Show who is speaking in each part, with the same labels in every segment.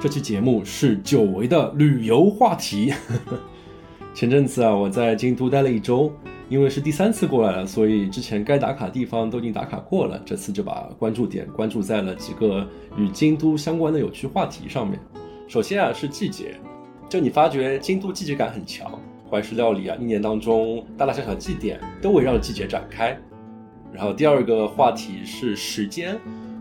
Speaker 1: 这期节目是久违的旅游话题。 前阵子啊，我在京都待了一周，因为是第三次过来了，所以之前该打卡地方都已经打卡过了。这次就把关注点关注在了几个与京都相关的有趣话题上面。首先啊，是季节，就你发觉京都季节感很强，怀石料理啊，一年当中大大小小祭典都围绕着季节展开。然后第二个话题是时间，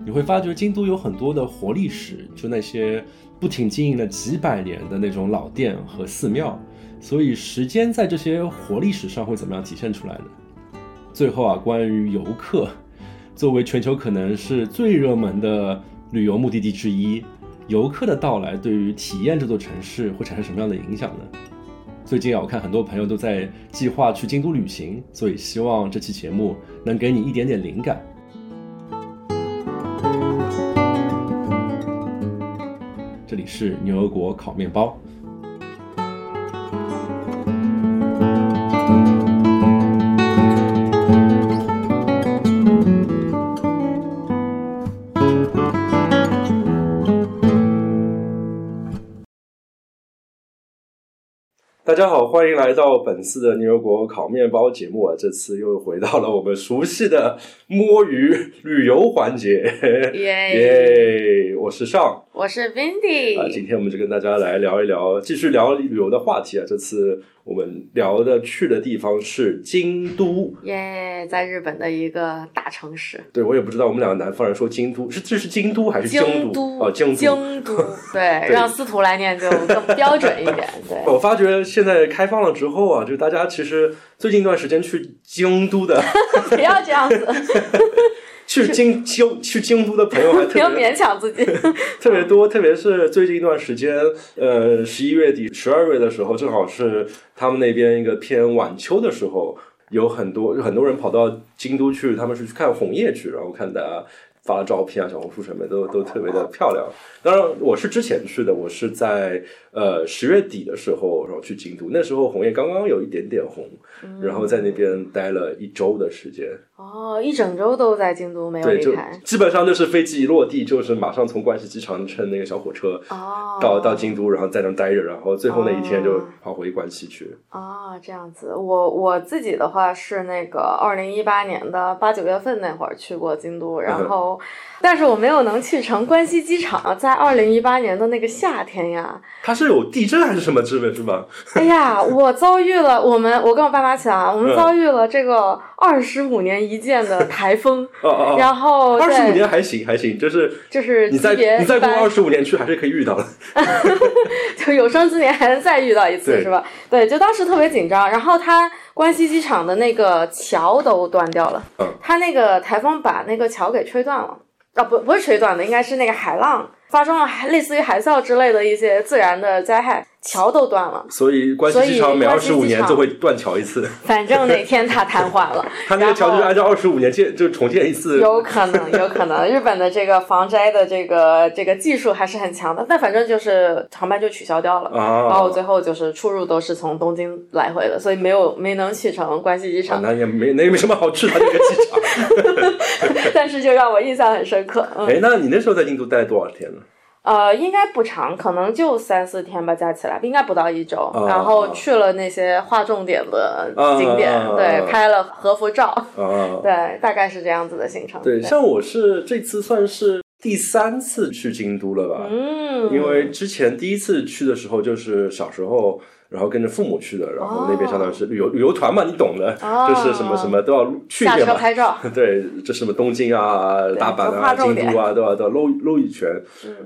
Speaker 1: 你会发觉京都有很多的活历史，就那些不停经营了几百年的那种老店和寺庙，所以时间在这些活历史上会怎么样体现出来呢？最后啊，关于游客，作为全球可能是最热门的旅游目的地之一，游客的到来对于体验这座城市会产生什么样的影响呢？最近啊，我看很多朋友都在计划去京都旅行，所以希望这期节目能给你一点点灵感。这里是牛油果烤面包。大家好，欢迎来到本次的牛油果烤面包节目啊！这次又回到了我们熟悉的摸鱼旅游环节，
Speaker 2: 耶！
Speaker 1: 耶！我是尚，
Speaker 2: 我是
Speaker 1: 啊，今
Speaker 2: Vindy，
Speaker 1: 天我们就跟大家来聊一聊，继续聊旅游的话题啊。这次我们聊的去的地方是京都。
Speaker 2: 耶，在日本的一个大城市，
Speaker 1: 对我也不知道，我们两个南方人说京都是这是京都还是
Speaker 2: 京
Speaker 1: 都？
Speaker 2: 都，
Speaker 1: 哦，京都。
Speaker 2: 京都，对，让司徒来念就更标准一点， 对。
Speaker 1: 我发觉现在开放了之后啊，就大家其实最近一段时间去京都的，
Speaker 2: 不要这样子，
Speaker 1: 去京京去京都的朋友还
Speaker 2: 不要
Speaker 1: 特别
Speaker 2: 勉强自己。
Speaker 1: 特别多，特别是最近一段时间，呃，十一月底、十二月的时候，正好是他们那边一个偏晚秋的时候，有很多很多人跑到京都去，他们是去看红叶去，然后看大家发的照片啊、小红书什么的都都特别的漂亮。当然，我是之前去的，我是在呃十月底的时候，然后去京都，那时候红叶刚刚有一点点红，然后在那边待了一周的时间。
Speaker 2: 哦，一整周都在京都没有
Speaker 1: 对，
Speaker 2: 离
Speaker 1: 就
Speaker 2: 开。
Speaker 1: 基本上就是飞机一落地，就是马上从关西机场乘那个小火车
Speaker 2: 哦，
Speaker 1: 到到京都，然后在那儿待着，然后最后那一天就
Speaker 2: 哦
Speaker 1: 跑回关西去。
Speaker 2: 哦，这样子。我我自己的话是那个二零一八年的八九月份那会儿去过京 都，然后，但是我没有能去成关西机场。在二零一八年的那个夏天呀，
Speaker 1: 它是有地震还是什么之类是吧？
Speaker 2: 哎呀，我遭遇了我们，我跟我爸妈去啊，我
Speaker 1: 嗯
Speaker 2: 们遭遇了这个二十五年一见的台风，
Speaker 1: 哦 哦哦，
Speaker 2: 然后
Speaker 1: 二十五
Speaker 2: 对
Speaker 1: 年还行还行，就是
Speaker 2: 就是
Speaker 1: 你再
Speaker 2: 级别
Speaker 1: 你再
Speaker 2: 一
Speaker 1: 过
Speaker 2: 般
Speaker 1: 二十五年去还是可以遇到的。
Speaker 2: 就有生之年还能再遇到一次
Speaker 1: 对
Speaker 2: 是吧？对，就当时特别紧张。然后它关西机场的那个桥都断掉了
Speaker 1: 嗯，
Speaker 2: 它那个台风把那个桥给吹断了，啊不不是吹断的，应该是那个海浪发生了海类似于海啸之类的一些自然的灾害，桥都断了。
Speaker 1: 所以关西机
Speaker 2: 所
Speaker 1: 场
Speaker 2: 以
Speaker 1: 每二
Speaker 2: 关
Speaker 1: 十
Speaker 2: 西
Speaker 1: 五
Speaker 2: 机
Speaker 1: 年
Speaker 2: 场
Speaker 1: 就会断桥一 次，
Speaker 2: 反正哪天它瘫痪了。
Speaker 1: 它那个桥就是按照二十五年建就重建一次。
Speaker 2: 有可能，有可能，日本的这个防灾的这个这个技术还是很强的，但反正就是航班就取消掉了。然后
Speaker 1: 啊
Speaker 2: 我，最后就是出入都是从东京来回的，所以没有没能去成关西机
Speaker 1: 啊
Speaker 2: 场，
Speaker 1: 那也没那也没什么好去的那个机 场。
Speaker 2: 但是就让我印象很深刻。嗯，
Speaker 1: 哎，那你那时候在印度待多少天呢？
Speaker 2: 呃，应该不长，可能就三四天吧，加起来应该不到一周。
Speaker 1: 啊
Speaker 2: 然后去了那些划重点的景点，
Speaker 1: 啊
Speaker 2: 对，拍了和服照，
Speaker 1: 啊，
Speaker 2: 对，大概是这样子的行程。
Speaker 1: 对，像我是这次算是第三次去京都了吧？
Speaker 2: 嗯，
Speaker 1: 因为之前第一次去的时候就是小时候，然后跟着父母去的，然后那边相当于是旅游旅游团嘛，你懂的，
Speaker 2: 哦
Speaker 1: 就是什么什么都要去一
Speaker 2: 下
Speaker 1: 遍
Speaker 2: 车
Speaker 1: 嘛。
Speaker 2: 拍照，
Speaker 1: 对，这什么东京啊、大阪
Speaker 2: 都
Speaker 1: 啊、
Speaker 2: 划重
Speaker 1: 京
Speaker 2: 点嗯
Speaker 1: 都啊，都要都要搂搂一圈。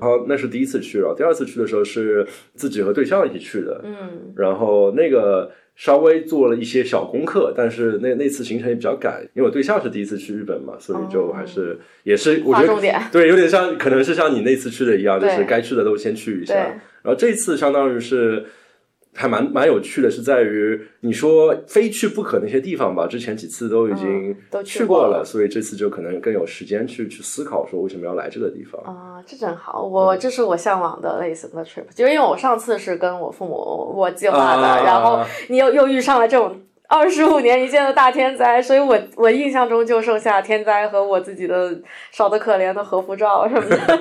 Speaker 1: 然后那是第一次去，然后第二次去的时候是自己和对象一起去的，
Speaker 2: 嗯，
Speaker 1: 然后那个稍微做了一些小功课，但是那那次行程也比较赶，因为我对象是第一次去日本嘛，所以就还是、也是我
Speaker 2: 哦划
Speaker 1: 觉
Speaker 2: 重
Speaker 1: 得
Speaker 2: 点。
Speaker 1: 对，有点像，可能是像你那次去的一样，就是
Speaker 2: 对
Speaker 1: 该去的都先去一下。
Speaker 2: 对
Speaker 1: 然后这次相当于是还蛮蛮有趣的，是在于你说非去不可那些地方吧，之前几次都已经
Speaker 2: 嗯都去
Speaker 1: 去
Speaker 2: 过
Speaker 1: 了，
Speaker 2: 了
Speaker 1: 所以这次就可能更有时间去去思考说为什么要来这个地方。
Speaker 2: 啊、这真好！我这是我向往的类型的 trip，就因为我上次是跟我父母我计划的，
Speaker 1: 啊
Speaker 2: 然后你又又遇上了这种二十五年一见的大天灾，所以我我印象中就剩下天灾和我自己的少得可怜的和服照什么的。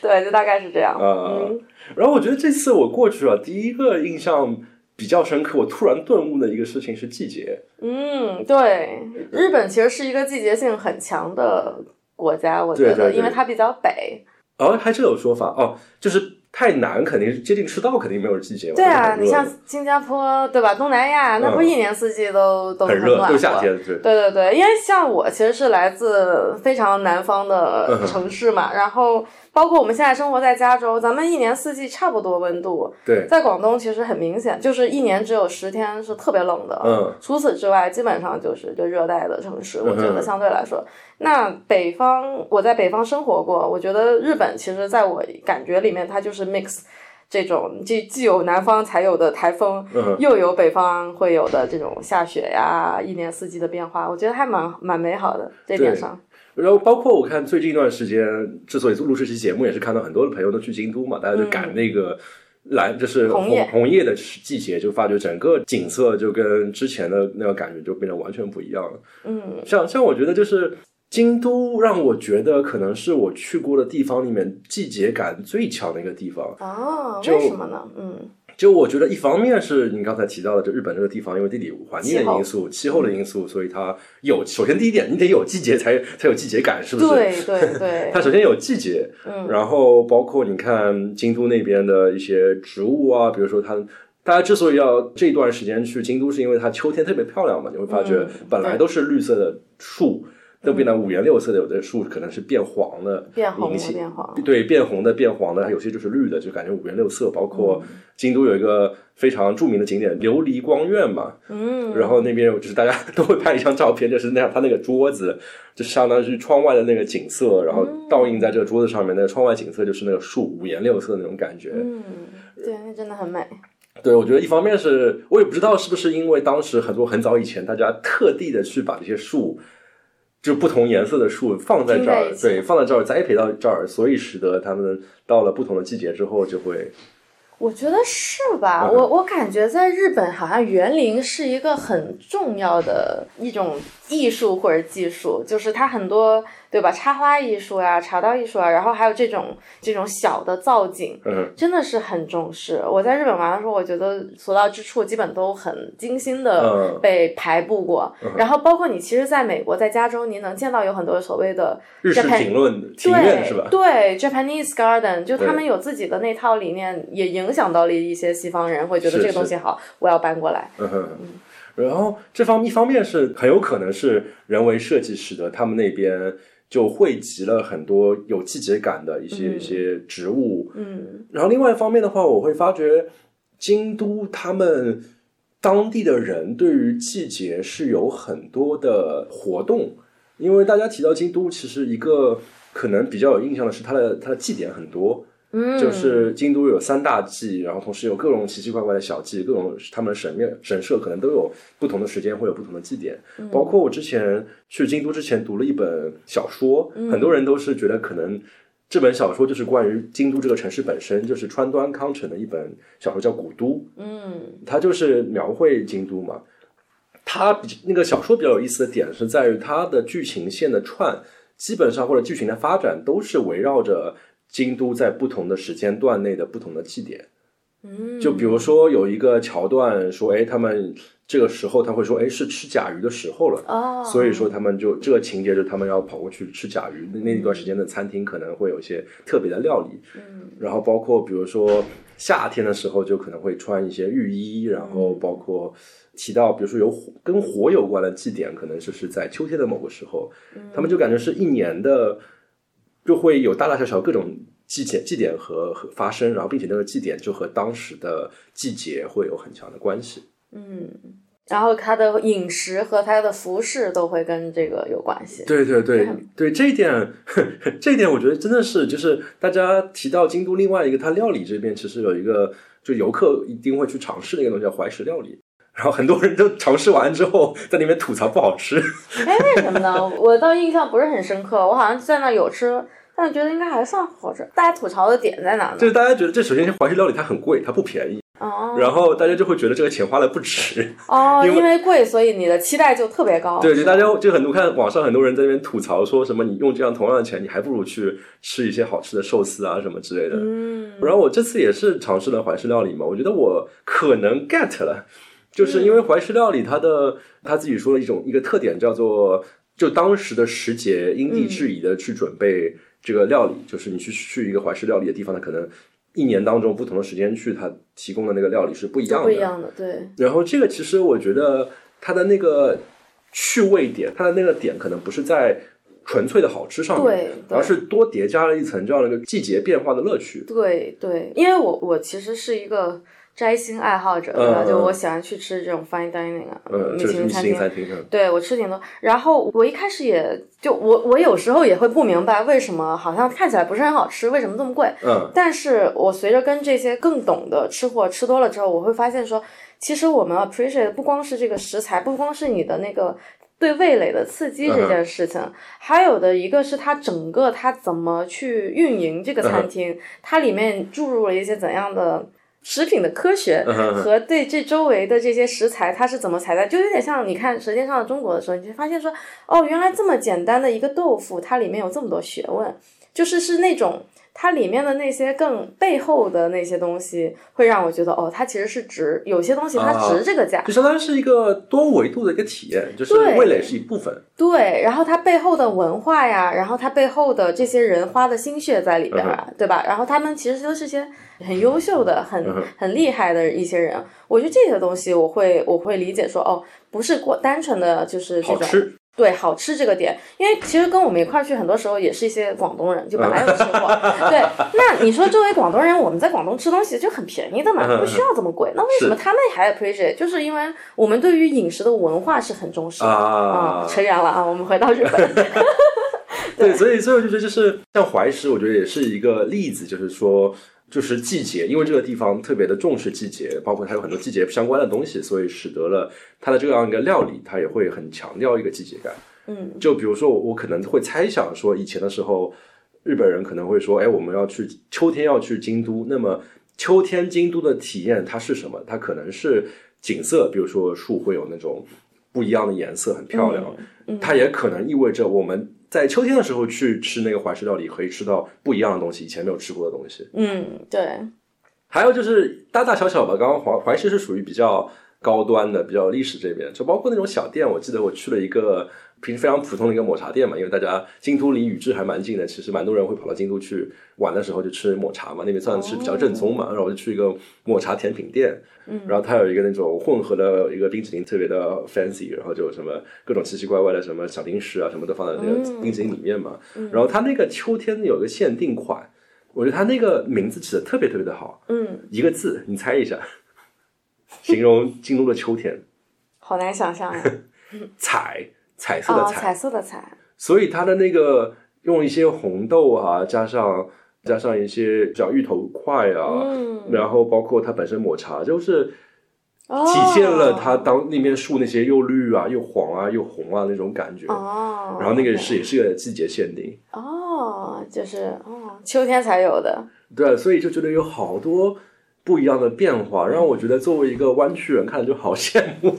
Speaker 2: 对， 对，就大概是这样。
Speaker 1: 呃
Speaker 2: 嗯，
Speaker 1: 然后我觉得这次我过去啊，第一个印象比较深刻，我突然顿悟的一个事情是季节。
Speaker 2: 嗯，对，日本其实是一个季节性很强的国家，我觉
Speaker 1: 对
Speaker 2: 得，
Speaker 1: 对对
Speaker 2: 因为它比较北。
Speaker 1: 哦，还真有说法哦，就是太南肯定是接近赤道，肯定没有季节嘛。
Speaker 2: 对
Speaker 1: 就是
Speaker 2: 啊，
Speaker 1: 很热
Speaker 2: 你像新加坡，对吧？东南亚那不是一年四季都、都
Speaker 1: 嗯很热，
Speaker 2: 暖
Speaker 1: 就
Speaker 2: 和。
Speaker 1: 夏天，对，
Speaker 2: 对对对，因为像我其实是来自非常南方
Speaker 1: 嗯
Speaker 2: 的城市嘛，然后包括我们现在生活在加州，咱们一年四季差不多温度，
Speaker 1: 对，
Speaker 2: 在广东其实很明显，就是一年只有十天是特别冷的。
Speaker 1: 嗯，
Speaker 2: 除此之外，基本上就是一个热带的城市，我觉
Speaker 1: 嗯哼
Speaker 2: 得相对来说，那北方我在北方生活过，我觉得日本其实在我感觉里面，它就是 mix 这种既既有南方才有的台风，
Speaker 1: 嗯
Speaker 2: 又有北方会有的这种下雪呀，一年四季的变化，我觉得还蛮蛮美好的这点上。
Speaker 1: 然后包括我看最近一段时间，之所以录这期节目，也是看到很多的朋友都去京都嘛，大家就赶那个蓝，就是
Speaker 2: 红
Speaker 1: 红
Speaker 2: 叶
Speaker 1: 红叶的季节，就发觉整个景色就跟之前的那个感觉就变得完全不一样了。
Speaker 2: 嗯
Speaker 1: 像像我觉得就是京都让我觉得可能是我去过的地方里面季节感最强的一个地方。
Speaker 2: 哦，
Speaker 1: 就
Speaker 2: 为什么呢？嗯
Speaker 1: 就我觉得，一方面是你刚才提到的，就日本这个地方，因为地理环境
Speaker 2: 气
Speaker 1: 的
Speaker 2: 候
Speaker 1: 因素、气候的因素，所以它有首先第一点，你得有季节才才有季节感，是不是？
Speaker 2: 对对对
Speaker 1: 它，首先有季节，
Speaker 2: 嗯
Speaker 1: 然后包括你看京都那边的一些植物啊，比如说它。大家之所以要这段时间去京都，是因为它秋天特别漂亮嘛。你会发觉
Speaker 2: 嗯，
Speaker 1: 本来
Speaker 2: 对
Speaker 1: 都是绿色的树，都变得五颜六色的，有的树可能是变黄的，
Speaker 2: 变红
Speaker 1: 引
Speaker 2: 了
Speaker 1: 起
Speaker 2: 变黄了，
Speaker 1: 对，变红的、变黄的，有些就是绿的，就感觉五颜六色。包括
Speaker 2: 嗯
Speaker 1: 京都有一个非常著名的景点——琉璃光院嘛，
Speaker 2: 嗯，
Speaker 1: 然后那边有就是大家都会拍一张照片，就是那样，它那个桌子就相当于是窗外的那个景色，然后倒映在这个桌子上面，那个窗外景色就是那个树五颜六色的那种感觉。
Speaker 2: 嗯，对，那真的很美。
Speaker 1: 对，我觉得一方面是我也不知道是不是因为当时很多很早以前大家特地的去把这些树，就不同颜色的树放在这
Speaker 2: 拼在
Speaker 1: 儿，
Speaker 2: 一起
Speaker 1: 对，放在这儿栽培到这儿，所以使得它们到了不同的季节之后就会，
Speaker 2: 我觉得是吧？
Speaker 1: 嗯
Speaker 2: 我我感觉在日本，好像园林是一个很重要的一种艺术或者技术，就是它很多对吧？插花艺术呀、茶道艺术啊，然后还有这种这种小的造景，
Speaker 1: 嗯
Speaker 2: 真的是很重视。我在日本玩的时候，我觉得所到之处基本都很精心的
Speaker 1: 嗯
Speaker 2: 被排布过。
Speaker 1: 嗯
Speaker 2: 然后包括你其实在美国，在加州，你能见到有很多所谓的
Speaker 1: 日式
Speaker 2: Japan-
Speaker 1: 庭论庭院
Speaker 2: 对
Speaker 1: 是吧？
Speaker 2: 对，Japanese Garden，就
Speaker 1: 对
Speaker 2: 他们有自己的那套理念，也影响到了一些西方人，会觉得
Speaker 1: 是
Speaker 2: 这个东
Speaker 1: 是
Speaker 2: 西好，我要搬过来。
Speaker 1: 嗯哼。然后这方一方面是很有可能是人为设计使得他们那边就汇集了很多有季节感的一些、一
Speaker 2: 嗯
Speaker 1: 些植物，
Speaker 2: 嗯
Speaker 1: 然后另外一方面的话，我会发觉京都他们当地的人对于季节是有很多的活动，因为大家提到京都，其实一个可能比较有印象的是它的它的祭典很多，
Speaker 2: 嗯，
Speaker 1: 就是京都有三大祭，然后同时有各种奇奇怪怪的小祭，各种他们的神庙神社可能都有不同的时间会有不同的祭典。包括我之前去京都之前读了一本小说，很多人都是觉得可能这本小说就是关于京都这个城市本身，就是川端康成的一本小说叫《古都》，
Speaker 2: 嗯
Speaker 1: 它就是描绘京都嘛。它比那个小说比较有意思的点是在于它的剧情线的串，基本上或者剧情的发展都是围绕着京都在不同的时间段内的不同的祭典。
Speaker 2: 嗯，
Speaker 1: 就比如说有一个桥段说，哎，他们这个时候他会说，哎，是吃甲鱼的时候了。
Speaker 2: 哦，
Speaker 1: 所以说，他们就这个情节，就是他们要跑过去吃甲鱼。那那段时间的餐厅可能会有一些特别的料理，
Speaker 2: 嗯
Speaker 1: 然后包括比如说夏天的时候，就可能会穿一些浴衣，然后包括提到比如说有火跟火有关的祭典，可能就是在秋天的某个时候，他们就感觉是一年的就会有大大小小各种祭典祭典和和发生，然后并且那个祭典就和当时的季节会有很强的关系。
Speaker 2: 嗯，然后他的饮食和他的服饰都会跟这个有关系。
Speaker 1: 对对对
Speaker 2: 嗯
Speaker 1: 对，这一点， 这一点我觉得真的是，就是大家提到京都，另外一个它料理这边其实有一个，就游客一定会去尝试的一个东西叫怀石料理。然后很多人都尝试完之后，在那边吐槽不好吃。
Speaker 2: 哎，为什么呢？我倒印象不是很深刻，我好像在那有吃，但是觉得应该还算好吃。大家吐槽的点在哪呢？
Speaker 1: 就是大家觉得这首先是怀石料理它很贵，它不便宜，
Speaker 2: 哦
Speaker 1: 然后大家就会觉得这个钱花的不值。
Speaker 2: 哦，
Speaker 1: 因为
Speaker 2: 因为贵，所以你的期待就特别高。
Speaker 1: 对，就是
Speaker 2: 吧
Speaker 1: 大家就很多看网上很多人在那边吐槽说什么你用这样同样的钱，你还不如去吃一些好吃的寿司啊什么之类的。
Speaker 2: 嗯，
Speaker 1: 然后我这次也是尝试了怀石料理嘛，我觉得我可能 get 了，就是因为怀石料理它的他自己说了一种一个特点叫做，就当时的时节因
Speaker 2: 嗯
Speaker 1: 地制宜的去准备这个料理，就是你去去一个怀石料理的地方，它可能一年当中不同的时间去，它提供的那个料理是不一
Speaker 2: 就
Speaker 1: 样
Speaker 2: 不
Speaker 1: 的。
Speaker 2: 一样的，对，
Speaker 1: 然后这个其实我觉得它的那个趣味点，它的那个点可能不是在纯粹的好吃上面，
Speaker 2: 对，对
Speaker 1: 而是多叠加了一层这样的一个季节变化的乐趣。
Speaker 2: 对对，因为我我其实是一个摘星爱好者，对吧？
Speaker 1: 嗯嗯
Speaker 2: 就
Speaker 1: 嗯
Speaker 2: 我喜欢去吃这种 fine dining 啊，
Speaker 1: 嗯，
Speaker 2: 米
Speaker 1: 就
Speaker 2: 其
Speaker 1: 是米
Speaker 2: 林
Speaker 1: 其
Speaker 2: 餐
Speaker 1: 林
Speaker 2: 厅。
Speaker 1: 餐厅，嗯
Speaker 2: 对我吃挺多，然后我一开始也就我我有时候也会不明白为什么好像看起来不是很好吃，为什么这么贵？
Speaker 1: 嗯，
Speaker 2: 但是我随着跟这些更懂的吃货吃多了之后，我会发现说，其实我们 appreciate 不光是这个食材，不光是你的那个对味蕾的刺激这件事情，还有的一个是它整个它怎么去运营这个餐厅，它里面注入了一些怎样的。食品的科学
Speaker 1: 嗯哼
Speaker 2: 和对这周围的这些食材，它是怎么采摘，就有点像你看《舌尖上的中国》的时候，你就发现说，哦，原来这么简单的一个豆腐，它里面有这么多学问，就是是那种它里面的那些更背后的那些东西，会让我觉得哦，它其实是值，有些东西它
Speaker 1: 啊
Speaker 2: 值这个价。
Speaker 1: 就相当于是一个多维度的一个体验，就是
Speaker 2: 对
Speaker 1: 味蕾是一部分。
Speaker 2: 对，然后它背后的文化呀，然后它背后的这些人花的心血在里
Speaker 1: 嗯
Speaker 2: 边啊，对吧？然后他们其实都是些很优秀的、很
Speaker 1: 嗯哼
Speaker 2: 很厉害的一些人。我觉得这些东西，我会我会理解说，哦，不是过单纯的就是这
Speaker 1: 好
Speaker 2: 种
Speaker 1: 吃，
Speaker 2: 对好吃这个点，因为其实跟我们一块儿去，很多时候也是一些广东人，就本来有吃过。
Speaker 1: 嗯
Speaker 2: 对，那你说作为广东人，我们在广东吃东西就很便宜的嘛，
Speaker 1: 嗯
Speaker 2: 不需要这么贵。那为什么
Speaker 1: 是
Speaker 2: 他们还 appreciate？就是因为我们对于饮食的文化是很重视的
Speaker 1: 啊
Speaker 2: 扯远 了啊，我们回到日本。
Speaker 1: 对，所以所以我就觉得，就是像怀石，我觉得也是一个例子，就是说，就是季节，因为这个地方特别的重视季节，包括它有很多季节相关的东西，所以使得了它的这样一个料理，它也会很强调一个季节感。
Speaker 2: 嗯，
Speaker 1: 就比如说我，我可能会猜想说，以前的时候，日本人可能会说，哎，我们要去秋天要去京都，那么秋天京都的体验它是什么？它可能是景色，比如说树会有那种不一样的颜色，很漂亮。
Speaker 2: 嗯
Speaker 1: 它也可能意味着我们在秋天的时候去吃那个怀石料理，可以吃到不一样的东西，以前没有吃过的东西。
Speaker 2: 嗯，对，
Speaker 1: 还有就是大大小小吧，刚刚怀怀石是属于比较高端的，比较历史这边，就包括那种小店。我记得我去了一个平时非常普通的一个抹茶店嘛，因为大家京都离宇治还蛮近的，其实蛮多人会跑到京都去玩的时候就吃抹茶嘛，那边算是比较正宗嘛。然后我就去一个抹茶甜品店，
Speaker 2: 嗯
Speaker 1: 然后它有一个那种混合的一个冰淇淋，特别的 fancy，然后就有什么各种奇奇怪怪的什么小零食啊什么都放在那个
Speaker 2: 嗯
Speaker 1: 冰淇淋里面嘛。
Speaker 2: 嗯
Speaker 1: 然后它那个秋天有一个限定款，我觉得它那个名字起的特别特别的好。
Speaker 2: 嗯，
Speaker 1: 一个字，你猜一下， 形容京都的秋天，
Speaker 2: 好难想象呀。
Speaker 1: 彩，彩色的
Speaker 2: 哦，
Speaker 1: 彩，
Speaker 2: 彩色的彩，
Speaker 1: 所以它的那个用一些红豆啊，加上加上一些小芋头块啊，
Speaker 2: 嗯，哦
Speaker 1: 然后包括它本身抹茶，就是体
Speaker 2: 体
Speaker 1: 现了它当那边树那些又绿啊、又黄啊、又红啊那种感觉。
Speaker 2: 哦，
Speaker 1: 然后那个
Speaker 2: OK
Speaker 1: 是也是个季节限定，
Speaker 2: 哦，就是哦，秋天才有的，
Speaker 1: 对，所以就觉得有好多不一样的变化，让我觉得作为一个湾区人看了就好羡慕。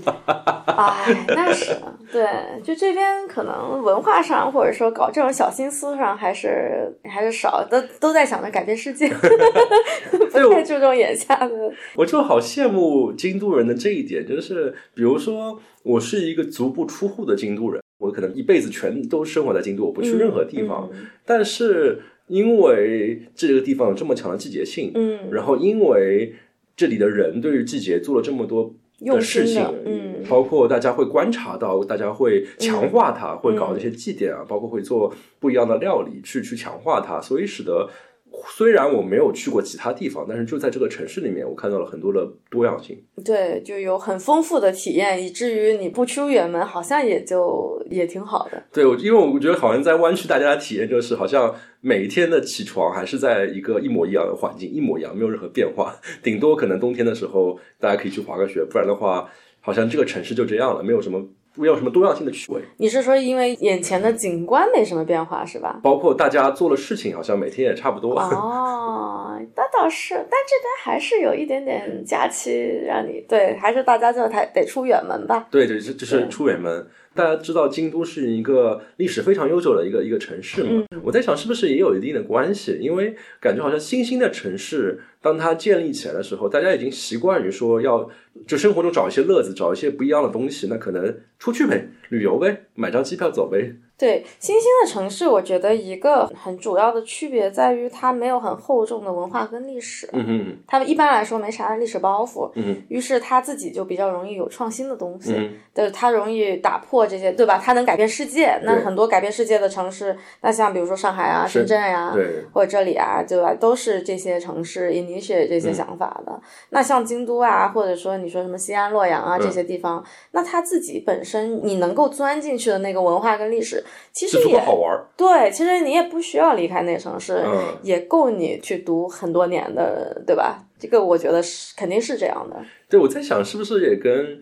Speaker 2: 哎， 那是对，就这边可能文化上，或者说搞这种小心思上，还是还是少，都都在想着改变世 界，
Speaker 1: 对
Speaker 2: 不
Speaker 1: 我
Speaker 2: 太注重眼下的。
Speaker 1: 我就好羡慕京都人的这一点，就是比如说，我是一个足不出户的京都人，我可能一辈子全都生活在京都，我不去任何地
Speaker 2: 嗯
Speaker 1: 方，但是因为这个地方有这么强的季节性，
Speaker 2: 嗯，嗯，
Speaker 1: 然后因为这里的人对于季节做了这么多
Speaker 2: 用
Speaker 1: 的事
Speaker 2: 心
Speaker 1: 情
Speaker 2: 的，，嗯，
Speaker 1: 包括大家会观察到，大家会强化它，会搞
Speaker 2: 嗯
Speaker 1: 一些祭奠啊，包括会做不一样的料理去去强化它，所以使得虽然我没有去过其他地方，但是就在这个城市里面，我看到了很多的多样性。
Speaker 2: 对，就有很丰富的体验，以至于你不出远门，好像也就也挺好的。
Speaker 1: 对，我因为我觉得好像在湾区，大家的体验就是好像每一天的起床还是在一个一模一样的环境，一模一样，没有任何变化。 顶多可能冬天的时候大家可以去滑个雪，不然的话，好像这个城市就这样了，没有什么没有什么多样性的趣味。
Speaker 2: 你是说因为眼前的景观 没什么变化是吧？
Speaker 1: 啊包括大家做的事情，好像每天也差不多。
Speaker 2: 哦，那倒倒是，但这边还是有一点点假期让你对，还是大家就还得出远门吧。
Speaker 1: 对，这是这是出远门。大家知道京都是一个历史非常悠久的一个一个城市嘛，我在想是不是也有一定的关系，因为感觉好像新兴的城市，当它建立起来的时候，大家已经习惯于说要就生活中找一些乐子，找一些不一样的东西，那可能出去呗，旅游呗，买张机票走呗。
Speaker 2: 对新兴的城市，我觉得一个很主要的区别在于它没有很厚重的文化跟历史，
Speaker 1: 嗯哼
Speaker 2: 他们一般来说没啥历史包袱，
Speaker 1: 嗯
Speaker 2: 于是他自己就比较容易有创新的东西，
Speaker 1: 嗯
Speaker 2: 对他容易打破这些，对吧？他能改变世界，那
Speaker 1: 对
Speaker 2: 很多改变世界的城市，那像比如说上海啊、
Speaker 1: 是
Speaker 2: 深圳呀、
Speaker 1: 对，
Speaker 2: 或者这里啊，对吧？都是这些城市
Speaker 1: 嗯
Speaker 2: initiate 这些想法的。那像京都啊，或者说你说什么西安、洛阳啊
Speaker 1: 嗯
Speaker 2: 这些地方，那它自己本身你能够钻进去的那个文化跟历史，其实
Speaker 1: 是足够
Speaker 2: 也
Speaker 1: 好玩儿。
Speaker 2: 对，其实你也不需要离开那个城市，
Speaker 1: 嗯，
Speaker 2: 也够你去读很多年的，对吧？这个我觉得是肯定是这样的。
Speaker 1: 对，我在想是不是也跟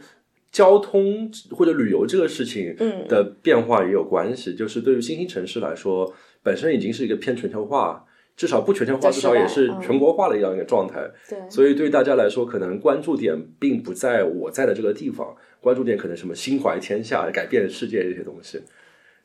Speaker 1: 交通或者旅游这个事情
Speaker 2: 嗯
Speaker 1: 的变化也有关系？就是对于新兴城市来说，本身已经是一个偏全球化，至少不全球化，
Speaker 2: 的
Speaker 1: 至
Speaker 2: 时
Speaker 1: 少也
Speaker 2: 代
Speaker 1: 是
Speaker 2: 嗯
Speaker 1: 全国化的这样一个状态。
Speaker 2: 对，
Speaker 1: 所以对大家来说，可能关注点并不在我在的这个地方，关注点可能什么心怀天下、改变世界这些东西。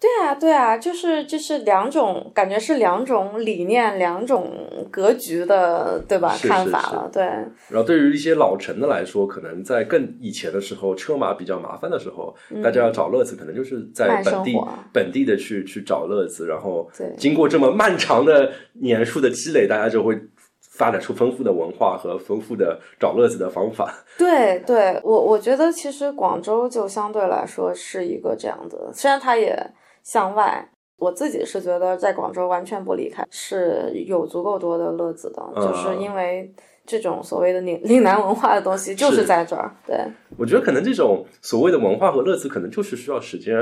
Speaker 2: 对啊，对啊，就是就是两种感觉是两种理念、两种格局的，对吧？
Speaker 1: 是是
Speaker 2: 看法
Speaker 1: 是
Speaker 2: 了，对。
Speaker 1: 然后对于一些老城的来说，可能在更以前的时候，车马比较麻烦的时候，大家要找乐子，可能就是在
Speaker 2: 嗯慢
Speaker 1: 本
Speaker 2: 生
Speaker 1: 地
Speaker 2: 活
Speaker 1: 本地的去去找乐子，然后
Speaker 2: 对
Speaker 1: 经过这么漫长的年数的积累，大家就会发展出丰富的文化和丰富的找乐子的方法。
Speaker 2: 对对，我我觉得其实广州就相对来说是一个这样的，虽然它也向外，我自己是觉得在广州完全不离开是有足够多的乐子的，就是
Speaker 1: 嗯
Speaker 2: 因为这种所谓的岭岭南文化的东西就是是在这儿，对。
Speaker 1: 我觉得可能这种所谓的文化和乐子，可能就是需要时间。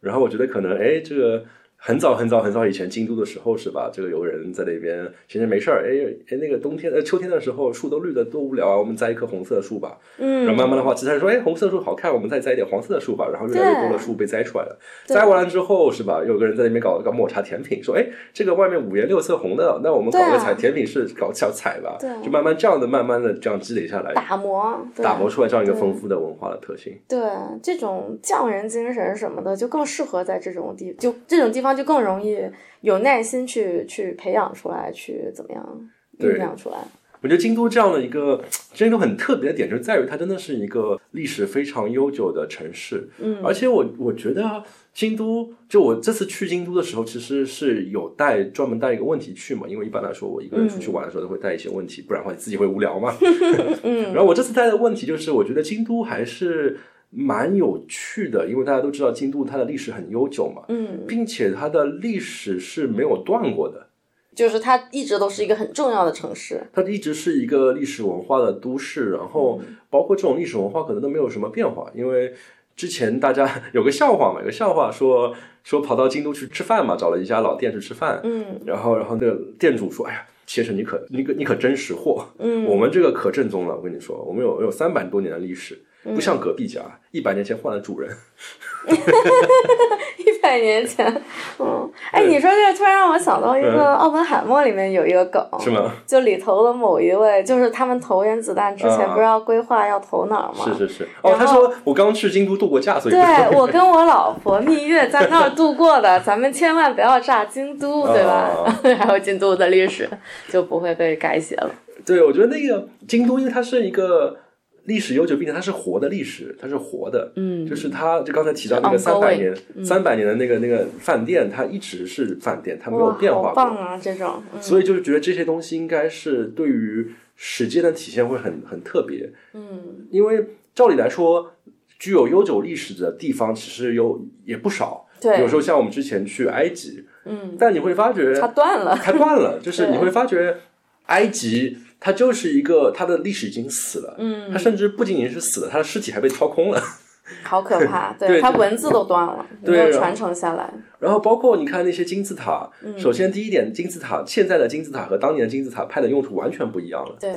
Speaker 1: 然后我觉得可能，哎，这个很早很早很早以前京都的时候是吧？这个有人在那边闲着没事儿，哎哎，那个冬天呃秋天的时候树都绿的多无聊啊，我们栽一棵红色的树吧。
Speaker 2: 嗯，
Speaker 1: 然后慢慢的话，其他人说，哎，红色的树好看，我们再栽一点黄色的树吧。然后越来越多的
Speaker 2: 对
Speaker 1: 树被栽出来了，
Speaker 2: 对
Speaker 1: 栽完了之后是吧？有个人在那边搞搞抹茶甜品，说，哎，这个外面五颜六色红的，那我们搞
Speaker 2: 对啊
Speaker 1: 个彩甜品是搞小彩吧
Speaker 2: 对啊？
Speaker 1: 就慢慢这样的，慢慢的这样积累下来，
Speaker 2: 嗯打磨，对
Speaker 1: 打磨出来这样一个
Speaker 2: 对
Speaker 1: 丰富的文化的特性。
Speaker 2: 对这种匠人精神什么的，就更适合在这种地，就这种地方就更容易有耐心去去培养出来，去怎么样
Speaker 1: 对
Speaker 2: 酝酿出来。
Speaker 1: 我觉得京都这样的一个京都很特别的点，就在于它真的是一个历史非常悠久的城市。
Speaker 2: 嗯
Speaker 1: 而且我我觉得京都，就我这次去京都的时候，其实是有带专门带一个问题去嘛，因为一般来说我一个人出去玩的时候都会带一些问题，不然的话自己会无聊嘛。
Speaker 2: 嗯
Speaker 1: 然后我这次带的问题就是，我觉得京都还是蛮有趣的，因为大家都知道京都它的历史很悠久嘛，
Speaker 2: 嗯，
Speaker 1: 并且它的历史是没有断过的。
Speaker 2: 就是它一直都是一个很重要的城市。
Speaker 1: 它一直是一个历史文化的都市，然后
Speaker 2: 嗯
Speaker 1: 包括这种历史文化可能都没有什么变化，因为之前大家有个笑话嘛，有个笑话说说跑到京都去吃饭嘛，找了一家老店去吃饭，
Speaker 2: 嗯
Speaker 1: 然后然后那个店主说，哎呀。先生，你可你可你可真识货，
Speaker 2: 嗯，
Speaker 1: 我们这个可正宗了。我跟你说，我们有有三百多年的历史，
Speaker 2: 嗯
Speaker 1: 不像隔壁家一百年前换了主人。
Speaker 2: 一百年前，嗯，哎，
Speaker 1: 对
Speaker 2: 你说这个突然让我想到一个《
Speaker 1: 嗯
Speaker 2: 奥本海默》里面有一个梗，
Speaker 1: 是吗？
Speaker 2: 就里头的某一位，就是他们投原子弹之前
Speaker 1: 啊
Speaker 2: 不是要规划要投哪儿吗？
Speaker 1: 是是是。哦，
Speaker 2: 然
Speaker 1: 他
Speaker 2: 后
Speaker 1: 说我刚去京都度过假， 所以不是
Speaker 2: 对我跟我老婆蜜月在那儿度过的，咱们千万不要炸京 都，对
Speaker 1: 哦
Speaker 2: 吧？ 还有京都的历史就不会被改写了。
Speaker 1: 对，我觉得那个京都，因为它是一个历史悠久，并且它是活的历史，它是活的，
Speaker 2: 嗯
Speaker 1: 就是它就刚才提到那个
Speaker 2: 是
Speaker 1: 三百
Speaker 2: ongoing，嗯
Speaker 1: 年、三百年的那个那个饭店，它一直是饭店，它没有
Speaker 2: 哇，
Speaker 1: 变化
Speaker 2: 好
Speaker 1: 过，
Speaker 2: 棒啊！这种，嗯
Speaker 1: 所以就是觉得这些东西应该是对于时间的体现会很很特别，
Speaker 2: 嗯，
Speaker 1: 因为照理来说，具有悠久历史的地方其实有也不少，
Speaker 2: 对，
Speaker 1: 有时候像我们之前去埃及，
Speaker 2: 嗯，
Speaker 1: 但你会发觉
Speaker 2: 它断 了，
Speaker 1: 开断 了，就是
Speaker 2: 对
Speaker 1: 你会发觉埃及它就是一个它的历史已经死了，
Speaker 2: 嗯
Speaker 1: 它甚至不仅仅是死了，它的尸体还被掏空了。
Speaker 2: 好可怕。
Speaker 1: 对
Speaker 2: 对，它文字都断了，
Speaker 1: 对啊
Speaker 2: 没有
Speaker 1: 然后
Speaker 2: 传承下来。
Speaker 1: 然后包括你看那些金字塔，
Speaker 2: 嗯
Speaker 1: 首先第一点，金字塔现在的金字塔和当年的金字塔派的用途完全不一样了。
Speaker 2: 对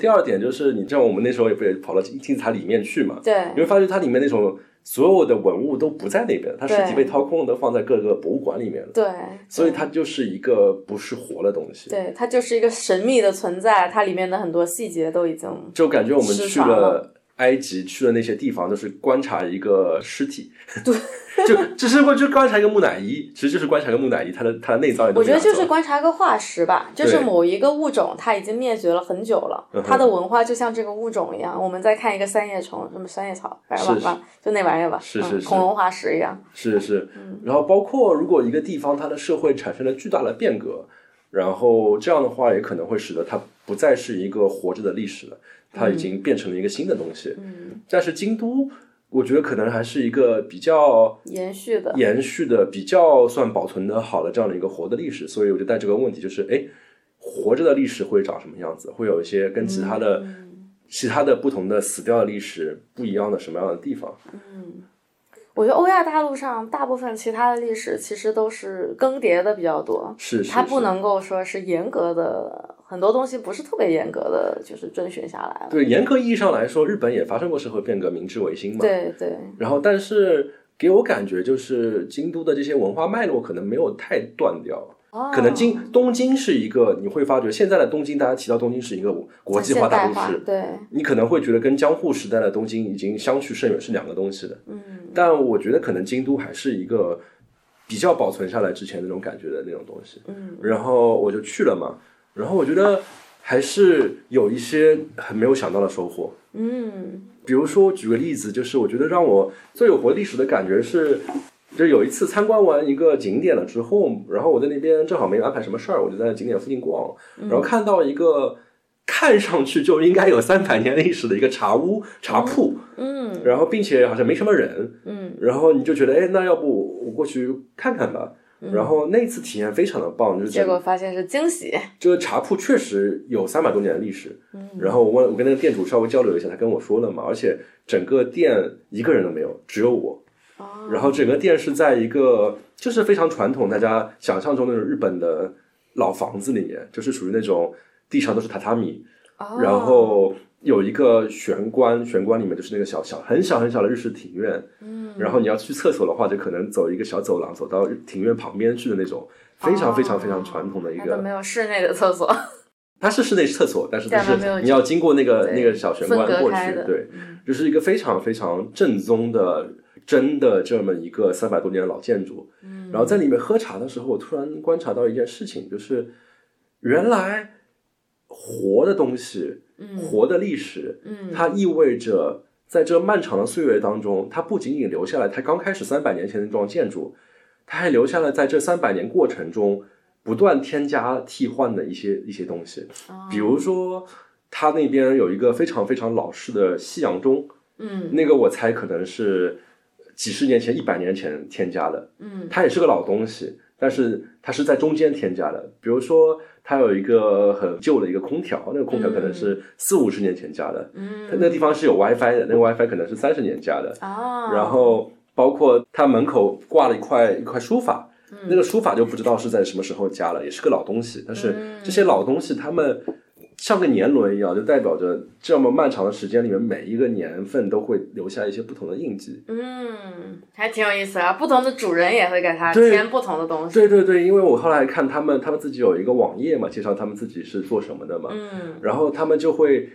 Speaker 1: 第二点就是，你知道我们那时候也不也跑到金字塔里面去嘛，
Speaker 2: 对
Speaker 1: 你会发觉它里面那种所有的文物都不在那边，它
Speaker 2: 对
Speaker 1: 实体被掏空了，都放在各个博物馆里面了，
Speaker 2: 对，
Speaker 1: 所以它就是一个不是活的东西。
Speaker 2: 对它就是一个神秘的存在，它里面的很多细节都已经
Speaker 1: 就感觉我们
Speaker 2: 失
Speaker 1: 去
Speaker 2: 传
Speaker 1: 了
Speaker 2: 了
Speaker 1: 埃及，去了那些地方，就是观察一个尸体，对， 就只是会去观察一个木乃伊，其实就是观察一个木乃伊，它的它的内脏也都
Speaker 2: 我觉得
Speaker 1: 拿走
Speaker 2: 就是
Speaker 1: 了
Speaker 2: 观察一个化石吧，就是
Speaker 1: 对
Speaker 2: 某一个物种它已经灭绝了很久了
Speaker 1: 嗯，哼
Speaker 2: 它的文化就像这个物种一样。我们再看一个三叶虫，什么三叶草，反正
Speaker 1: 是
Speaker 2: 吧，啊就那玩意儿吧，
Speaker 1: 是是
Speaker 2: 嗯
Speaker 1: 是
Speaker 2: 恐龙化石一样。
Speaker 1: 是是，
Speaker 2: 嗯
Speaker 1: 然后包括如果一个地方它的社会产生了巨大的变革，然后这样的话也可能会使得它不再是一个活着的历史了，它已经变成了一个新的东西。
Speaker 2: 嗯，
Speaker 1: 但是京都，我觉得可能还是一个比较
Speaker 2: 延续的，
Speaker 1: 延续的、比较算保存的好的这样的一个活的历史，所以我就带这个问题，就是哎，活着的历史会长什么样子？会有一些跟其他的、
Speaker 2: 嗯
Speaker 1: 其他的不同的死掉的历史不一样的什么样的地方？
Speaker 2: 我觉得欧亚大陆上大部分其他的历史其实都是更迭的比较多，
Speaker 1: 是是
Speaker 2: 它不
Speaker 1: 是
Speaker 2: 能够说是严格的，很多东西不是特别严格的，就是遵循下来了。
Speaker 1: 对，严格意义上来说，日本也发生过社会变革，明治维新嘛。。
Speaker 2: 对对，
Speaker 1: 然后，但是给我感觉就是京都的这些文化脉络可能没有太断掉，
Speaker 2: 哦
Speaker 1: 可能京东京是一个你会发觉现在的东京，大家提到东京是一个国际化
Speaker 2: 现
Speaker 1: 大
Speaker 2: 代
Speaker 1: 都
Speaker 2: 化
Speaker 1: 市，
Speaker 2: 对，
Speaker 1: 你可能会觉得跟江户时代的东京已经相去甚远，是两个东西的。
Speaker 2: 嗯，
Speaker 1: 但我觉得可能京都还是一个比较保存下来之前那种感觉的那种东西。
Speaker 2: 嗯，
Speaker 1: 然后我就去了嘛，然后我觉得还是有一些很没有想到的收获。
Speaker 2: 嗯
Speaker 1: 比如说，我举个例子，就是我觉得让我最有活历史的感觉是，就有一次参观完一个景点了之后，然后我在那边正好没安排什么事儿，我就在景点附近逛，然后看到一个看上去就应该有三百年历史的一个茶屋、茶铺，
Speaker 2: 嗯
Speaker 1: 然后并且好像没什么人，
Speaker 2: 嗯，
Speaker 1: 然后你就觉得，哎，那要不我过去看看吧。然后那次体验非常的棒，就是
Speaker 2: 结果发现是惊喜。
Speaker 1: 这个茶铺确实有三百多年的历史。
Speaker 2: 嗯
Speaker 1: 然后我问，我跟那个店主稍微交流一下，他跟我说了嘛，而且整个店一个人都没有，只有我。
Speaker 2: 哦
Speaker 1: 然后整个店是在一个就是非常传统，大家想象中那种日本的老房子里面，就是属于那种地上都是榻榻米，
Speaker 2: 哦
Speaker 1: 然后有一个玄关，玄关里面就是那个小小很小很小的日式庭院，嗯，然后你要去厕所的话，就可能走一个小走廊，走到庭院旁边去的那种，非常非常非常传统的一
Speaker 2: 它
Speaker 1: 个。
Speaker 2: 都没有室内的厕所，
Speaker 1: 它是室内厕所，但是就
Speaker 2: 但它没
Speaker 1: 是
Speaker 2: 有
Speaker 1: 你要经过那个
Speaker 2: 对
Speaker 1: 呃那个小玄关
Speaker 2: 分隔
Speaker 1: 过
Speaker 2: 开
Speaker 1: 去
Speaker 2: 的，
Speaker 1: 对，就是一个非常非常正宗的、真的这么一个三百多年的老建筑。
Speaker 2: 嗯
Speaker 1: 然后在里面喝茶的时候，我突然观察到一件事情，就是原来活的东西，活的历史，
Speaker 2: 嗯
Speaker 1: 它意味着在这漫长的岁月当中，它不仅仅留下了它刚开始三百年前的那幢建筑，它还留下了在这三百年过程中不断添加替换的一些一些东西，比
Speaker 2: 哦
Speaker 1: 如说。它那边有一个非常非常老式的西洋钟，
Speaker 2: 嗯
Speaker 1: 那个我猜可能是几十年前、一百年前添加的，
Speaker 2: 嗯
Speaker 1: 它也是个老东西，但是它是在中间添加的。比如说，它有一个很旧的一个空调，那个空调可能是四五十年前加的，它那
Speaker 2: 嗯
Speaker 1: 个地方是有 WiFi 的，那个 WiFi 可能是三十年加的，
Speaker 2: 啊，
Speaker 1: 然后包括它门口挂了一块一块书法，那个书法就不知道是在什么时候加了，也是个老东西。但是这些老东西，它们像个年轮一样，就代表着这么漫长的时间里面，每一个年份都会留下一些不同的印记。
Speaker 2: 嗯，还挺有意思啊。不同的主人也会给它
Speaker 1: 对
Speaker 2: 添不同的东西。
Speaker 1: 对对对，因为我后来看他们，他们自己有一个网页嘛，介绍他们自己是做什么的嘛，
Speaker 2: 嗯，
Speaker 1: 然后他们就会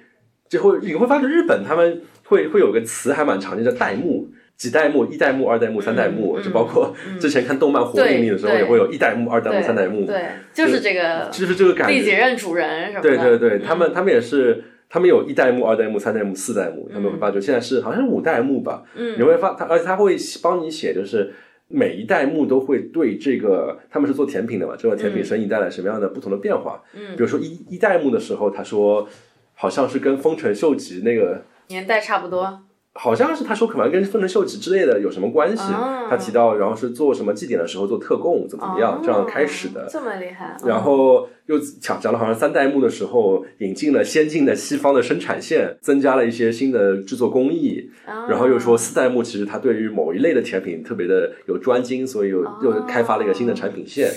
Speaker 1: 就会你会发觉日本他们会会有个词还蛮常见的代幕。几代目，一代目、二代目、三代目，
Speaker 2: 嗯
Speaker 1: 就包括之前看动漫《火
Speaker 2: 对
Speaker 1: 影》里的时候，
Speaker 2: 对
Speaker 1: 也会有一代目、二代
Speaker 2: 对
Speaker 1: 目、三代目，
Speaker 2: 对，就是这个
Speaker 1: 就是这个嗯感觉。
Speaker 2: 第几任主人什么的。
Speaker 1: 对对对，他们他们也是，他们有一代目、二代目、三代目、四代目，他们会发觉现在是好像是五代目吧，
Speaker 2: 嗯
Speaker 1: 你会发他，而且他会帮你写，就是每一代目都会对这个他们是做甜品的嘛，这个甜品生意带来什么样的不同的变化？
Speaker 2: 嗯
Speaker 1: 比如说一一代目的时候，他说好像是跟丰臣秀吉那个。
Speaker 2: 年代差不
Speaker 1: 嗯
Speaker 2: 多。
Speaker 1: 好像是他说可能跟丰臣秀吉之类的有什么关系，
Speaker 2: 啊
Speaker 1: 他提到，然后是做什么祭典的时候做特供，怎么怎么样，这样开始的
Speaker 2: 哦。这么厉害。
Speaker 1: 然后又讲讲了，好像三代目的时候引进了先进的西方的生产线，增加了一些新的制作工艺，
Speaker 2: 嗯，
Speaker 1: 然后又说四代目其实它对于某一类的甜品特别的有专精，所以又
Speaker 2: 哦
Speaker 1: 又开发了一个新的产品 线。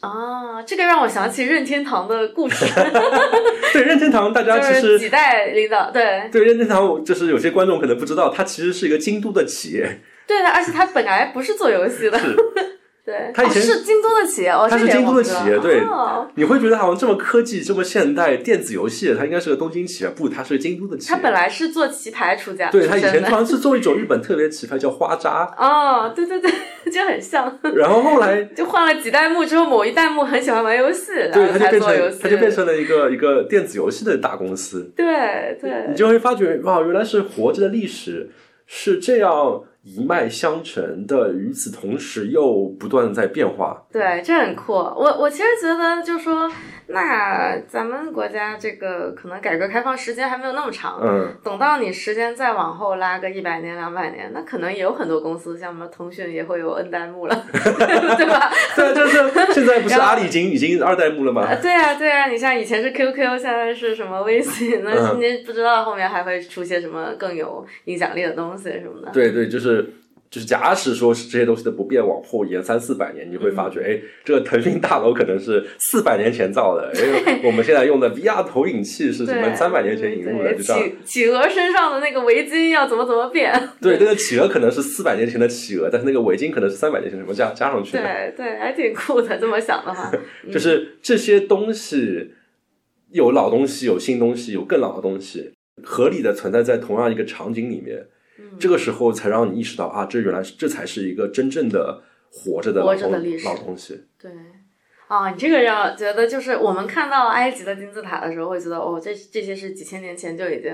Speaker 2: 啊，这个让我想起任天堂的故 事，
Speaker 1: 对任天堂，大家
Speaker 2: 就
Speaker 1: 其
Speaker 2: 是几
Speaker 1: 实。
Speaker 2: 代领导对。
Speaker 1: 对任天堂，就是有些观众可能不知道，它其实是一个京都的企业，
Speaker 2: 对的，而且他本来不是做游戏的，
Speaker 1: 是
Speaker 2: 对，
Speaker 1: 他以前
Speaker 2: 哦是京东的企业，哦，
Speaker 1: 他是
Speaker 2: 这点
Speaker 1: 京都
Speaker 2: 我
Speaker 1: 的
Speaker 2: 不知道
Speaker 1: 企业对
Speaker 2: 哦
Speaker 1: 你会觉得好像这么科技、这么现代，电子游戏，它应该是个东京企业，不，它是个京都的企业。
Speaker 2: 他本来是做棋牌出家，
Speaker 1: 对他以
Speaker 2: 出身
Speaker 1: 前
Speaker 2: 的
Speaker 1: 好像是做一种日本特别棋牌叫花渣，
Speaker 2: 哦，对对 对，就很像，
Speaker 1: 然后后来
Speaker 2: 就换了几代目之后，某一代目很喜欢玩游戏，然
Speaker 1: 对
Speaker 2: 后
Speaker 1: 他就
Speaker 2: 才
Speaker 1: 变
Speaker 2: 做游戏
Speaker 1: 成，他就变成了一个一个电子游戏的大公司，
Speaker 2: 对
Speaker 1: 你
Speaker 2: 对，
Speaker 1: 就会发觉哇，原来是活着的历史是这样一脉相承的，与此同时又不断地在变化。
Speaker 2: 对，这很酷。我我其实觉得，就说那咱们国家这个可能改革开放时间还没有那么长，
Speaker 1: 嗯，
Speaker 2: 等到你时间再往后拉个一百年、两百年，那可能也有很多公司，像什么腾讯也会有 N 代目了，对吧？
Speaker 1: 对，啊就是 现在不是
Speaker 2: 然后
Speaker 1: 阿里已经已经二代目了吗
Speaker 2: 啊？对啊，对啊，你像以前是 QQ，现在是什么微信，那
Speaker 1: 嗯
Speaker 2: 今天不知道后面还会出现什么更有影响力的东西什么的。
Speaker 1: 对对，就是就是，假使说是这些东西的不变往后延三四百年，你会发
Speaker 2: 嗯
Speaker 1: 觉，哎，这个腾讯大楼可能是四百年前造的，哎，我们现在用的 VR 投影器是什么
Speaker 2: 对，
Speaker 1: 三百年前引入的，
Speaker 2: 对
Speaker 1: 就这样。
Speaker 2: 企企鹅身上的那个围巾要怎么怎么变？
Speaker 1: 对，那个企鹅可能是四百年前的企鹅，但是那个围巾可能是三百年前什么加加上去的，
Speaker 2: 对嗯对，还挺酷的。这么想的话，
Speaker 1: 就是这些东西有老东西，有新东西，有更老的东西，合理的存在在同样一个场景里面。
Speaker 2: 嗯
Speaker 1: 这个时候才让你意识到啊，这原来是这才是一个真正的活着的老
Speaker 2: 活着的
Speaker 1: 东
Speaker 2: 历史
Speaker 1: 老东西。
Speaker 2: 对。啊、你这个让我觉得就是我们看到埃及的金字塔的时候，会觉得哦，这这些是几千年前就已经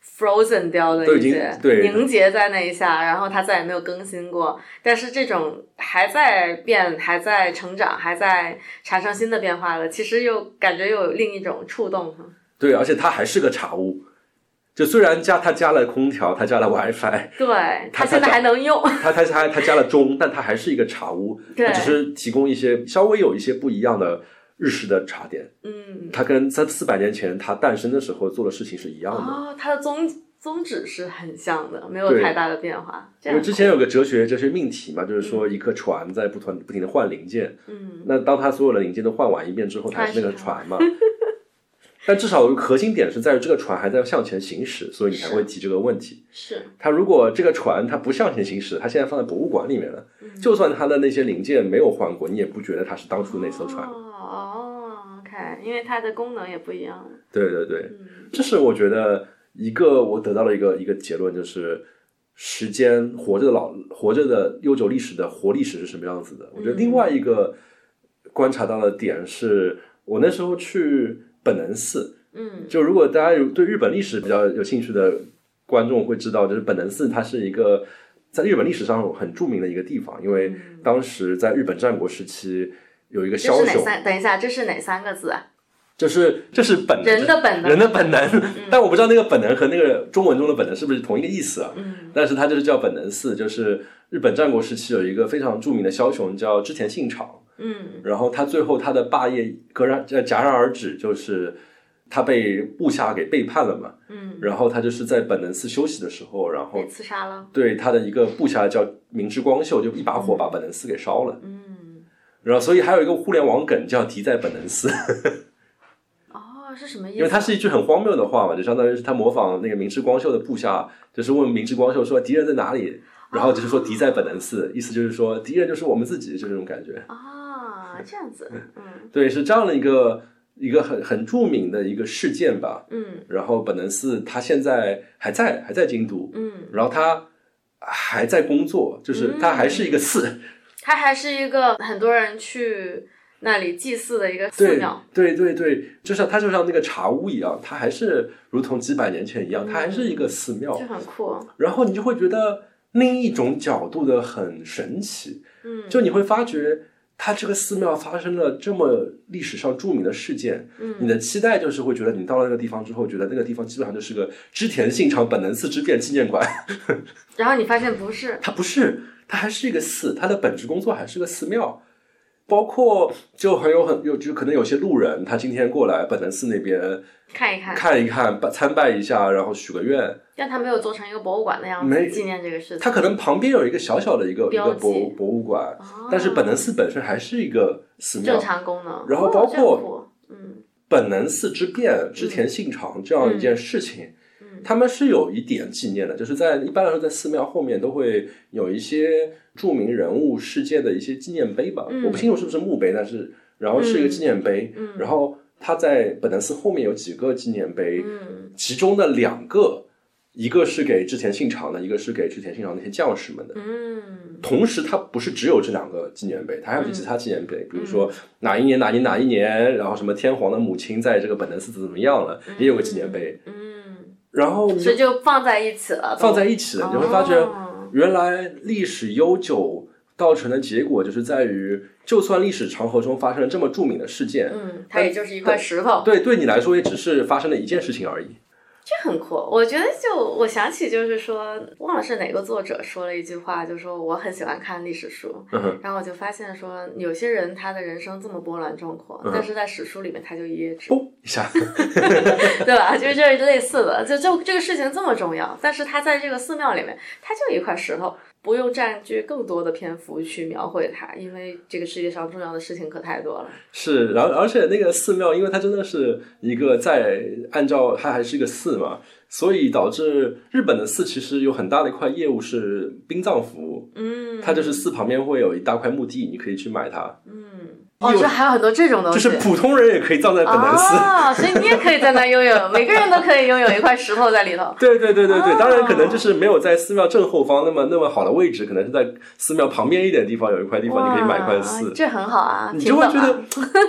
Speaker 2: frozen 掉的
Speaker 1: 都已
Speaker 2: 一
Speaker 1: 经
Speaker 2: 些
Speaker 1: 对
Speaker 2: 凝结在那一下，然后它再也没有更新过。但是这种还在变、还在成长、还在产生新的变化的，其实又感觉又有另一种触动。
Speaker 1: 对，而且它还是个茶屋。就虽然加它加了空调，它加了 WiFi，
Speaker 2: 对，
Speaker 1: 它
Speaker 2: 它现在还能用。
Speaker 1: 它它它它加了钟，但它还是一个茶屋，
Speaker 2: 对
Speaker 1: 它只是提供一些稍微有一些不一样的日式的茶点。
Speaker 2: 嗯，
Speaker 1: 它跟三四百年前它诞生的时候做的事情是一样的。
Speaker 2: 哦，它的宗宗旨是很像的，没有
Speaker 1: 对
Speaker 2: 太大的变化。这
Speaker 1: 因
Speaker 2: 样
Speaker 1: 为之前有个哲学哲学命题嘛，就是说一个船在不断不停的换零件，
Speaker 2: 嗯，
Speaker 1: 那当它所有的零件都换完一遍之后，它
Speaker 2: 它
Speaker 1: 还是那个
Speaker 2: 是
Speaker 1: 船嘛。 但至少核心点是在于这个船还在向前行驶，所以你才
Speaker 2: 是
Speaker 1: 会提这个问题。
Speaker 2: 是
Speaker 1: 它如果这个船它不向前行驶，它现在放在博物馆里面了，
Speaker 2: 嗯
Speaker 1: 就算它的那些零件没有换过，你也不觉得它是当初那艘船。
Speaker 2: 哦哦，OK，因为它的功能也不一样。
Speaker 1: 对对对，
Speaker 2: 嗯
Speaker 1: 这是我觉得一个我得到了一个一个结论，就是时间活着的老活着的悠久历史的活历史是什么样子
Speaker 2: 嗯
Speaker 1: 的。我觉得另外一个观察到的点是，我那时候去本能寺，
Speaker 2: 嗯
Speaker 1: 就如果大家有对日本历史比较有兴趣的观众会知道，就是本能寺它是一个在日本历史上很著名的一个地方，因为
Speaker 2: 嗯，
Speaker 1: 当时在日本战国时期有一个
Speaker 2: 这
Speaker 1: 枭
Speaker 2: 是哪
Speaker 1: 雄，
Speaker 2: 三？等一下，这是哪三个字啊？
Speaker 1: 就是这是本能
Speaker 2: 人的本能。嗯
Speaker 1: 人的本能， 但我不知道那个本能和那个中文中的本能是不是同一个意思啊？
Speaker 2: 嗯
Speaker 1: 但是它就是叫本能寺，就是日本战国时期有一个非常著名的枭雄叫织田信长，
Speaker 2: 嗯
Speaker 1: 然后他最后他的霸业戛然呃戛然而止，就是他被部下给背叛了嘛，
Speaker 2: 嗯，
Speaker 1: 然后他就是在本能寺休息的时候，然后
Speaker 2: 被刺杀了。
Speaker 1: 对他的一个部下叫明智光秀，就一把火把本能寺给烧了，
Speaker 2: 嗯，
Speaker 1: 然后所以还有一个互联网梗叫“敌在本能寺”。
Speaker 2: 哦，是什么意思？
Speaker 1: 因为它是一句很荒谬的话嘛，就相当于是他模仿那个明智光秀的部下，就是问明智光秀说敌人在哪里，然后就是说敌在本能寺，意思就是说敌人就是我们自己，就这种感觉。
Speaker 2: 啊，这样子。嗯
Speaker 1: 对，是这样的一个一个很很著名的一个事件吧。
Speaker 2: 嗯
Speaker 1: 然后本能寺他现在还在还在京都，
Speaker 2: 嗯，
Speaker 1: 然后他还在工作，就是他还是一个寺，
Speaker 2: 它还是一个很多人去那里祭祀的一个寺
Speaker 1: 对
Speaker 2: 庙。
Speaker 1: 对对对，就像它就像那个茶屋一样，它还是如同几百年前一样，它还是一个寺庙。
Speaker 2: 就很酷，
Speaker 1: 然后你就会觉得另一种角度的很神奇，
Speaker 2: 嗯，
Speaker 1: 就你会发觉它这个寺庙发生了这么历史上著名的事件，
Speaker 2: 嗯
Speaker 1: 你的期待就是会觉得你到了那个地方之后，觉得那个地方基本上就是个织田信长本能寺之变纪念馆，
Speaker 2: 然后你发现不是，
Speaker 1: 它不是，它还是一个寺，它的本职工作还是个寺庙。包括就很有很有就可能有些路人，他今天过来本能寺那边
Speaker 2: 看一看，
Speaker 1: 看一看，拜参拜一下，然后许个愿，
Speaker 2: 但它没有做成一个博物馆的样
Speaker 1: 没
Speaker 2: 子，纪念这个事情。
Speaker 1: 他可能旁边有一个小小的一个一
Speaker 2: 标
Speaker 1: 个
Speaker 2: 记
Speaker 1: 博物博物馆，
Speaker 2: 哦，
Speaker 1: 但是本能寺本身还是一个寺
Speaker 2: 正
Speaker 1: 庙。
Speaker 2: 常功能，
Speaker 1: 然后
Speaker 2: 哦
Speaker 1: 包
Speaker 2: 这样
Speaker 1: 括
Speaker 2: 酷嗯
Speaker 1: 本能寺之变、织田信长这样一件事情，
Speaker 2: 嗯
Speaker 1: 他们是有一点纪念的，就是在一般来说在寺庙后面都会有一些著名人物事件的一些纪念碑吧，
Speaker 2: 嗯
Speaker 1: 我不清楚是不是墓碑，但是然后是一个纪念碑，
Speaker 2: 嗯
Speaker 1: 然后他在本南寺后面有几个纪念碑，
Speaker 2: 嗯
Speaker 1: 其中的两个，一个是给织田信长的，一个是给织田信长那些将士们的。
Speaker 2: 嗯
Speaker 1: 同时，它不是只有这两个纪念碑，它还有其他纪念碑，比如说哪一年哪一年哪一年，然后什么天皇的母亲在这个本能寺怎么样了，也有个纪念碑。
Speaker 2: 嗯，
Speaker 1: 然后你
Speaker 2: 所以就放在一起了，
Speaker 1: 放在一起的，你会发觉
Speaker 2: 哦
Speaker 1: 原来历史悠久造成的结果，就是在于，就算历史长河中发生了这么著名的事件，
Speaker 2: 嗯，它也就是一块石头，
Speaker 1: 对对你来说也只是发生了一件事情而已。
Speaker 2: 这很酷。我觉得就我想起就是说，忘了是哪个作者说了一句话，就说我很喜欢看历史书，
Speaker 1: 嗯哼，
Speaker 2: 然后我就发现说，有些人他的人生这么波澜壮阔，
Speaker 1: 嗯
Speaker 2: 但是在史书里面他就一页纸，
Speaker 1: 嘣一下，
Speaker 2: 对吧？就是这类似的，就就这个事情这么重要，但是他在这个寺庙里面，他就一块石头，不用占据更多的篇幅去描绘它，因为这个世界上重要的事情可太多了。
Speaker 1: 是，然后而且那个寺庙，因为它真的是一个在按照它还是一个寺嘛，所以导致日本的寺其实有很大的一块业务是殡葬服务，
Speaker 2: 嗯，
Speaker 1: 它就是寺旁边会有一大块墓地，你可以去买它，
Speaker 2: 嗯， 哦，
Speaker 1: 有
Speaker 2: 这还有很多这种东
Speaker 1: 就
Speaker 2: 西，
Speaker 1: 是普通人也可以葬在本能寺。
Speaker 2: 啊，所以你也可以在那拥有，每个人都可以拥有一块石头在里头。
Speaker 1: 对对对对对，
Speaker 2: 哦
Speaker 1: 当然可能就是没有在寺庙正后方那么那么好的位置，可能是在寺庙旁边一点地方有一块地 方，你可以买一块寺
Speaker 2: 哇，这很好啊，
Speaker 1: 你
Speaker 2: 平
Speaker 1: 就会
Speaker 2: 等
Speaker 1: 觉
Speaker 2: 啊。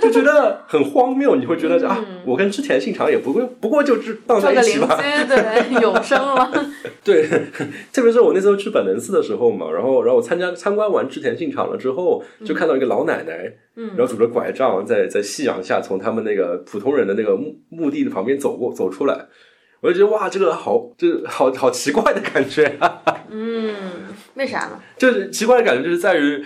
Speaker 1: 得就觉得很荒谬，你会觉得啊
Speaker 2: 嗯，
Speaker 1: 我跟之前信长也不过不过嗯就是荡
Speaker 2: 做
Speaker 1: 在一
Speaker 2: 个邻
Speaker 1: 起吧，
Speaker 2: 居，对，永生了。
Speaker 1: 嗯 对，特别是我那时候去本能寺的时候嘛，然后然后我参加参观完织田信长了之后，就看到一个老奶奶，
Speaker 2: 嗯
Speaker 1: 然后拄着拐杖在在夕阳下从他们那个普通人的那个墓墓地的旁边走过走出来，我就觉得哇，这个好，这好好奇怪的感觉啊，
Speaker 2: 嗯，为啥呢？
Speaker 1: 就是奇怪的感觉就是在于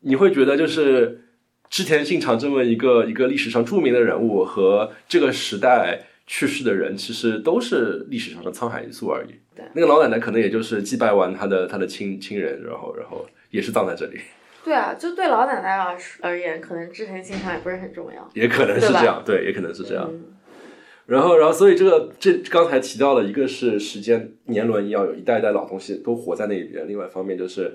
Speaker 1: 你会觉得就是织田信长这么一个一个历史上著名的人物和这个时代。去世的人其实都是历史上的沧海一粟而已。
Speaker 2: 对
Speaker 1: 那个老奶奶可能也就是祭拜完她的她的亲亲人，然后然后也是葬在这里，
Speaker 2: 对啊，就对老奶奶而而言，可能之前欣赏也不是很重要。
Speaker 1: 也可能是
Speaker 2: 对吧
Speaker 1: 这样，对，也可能是啊这样。
Speaker 2: 嗯
Speaker 1: 然后然后所以这个这刚才提到了一个是时间年轮要有一代一代老东西都活在那边，另外一方面就是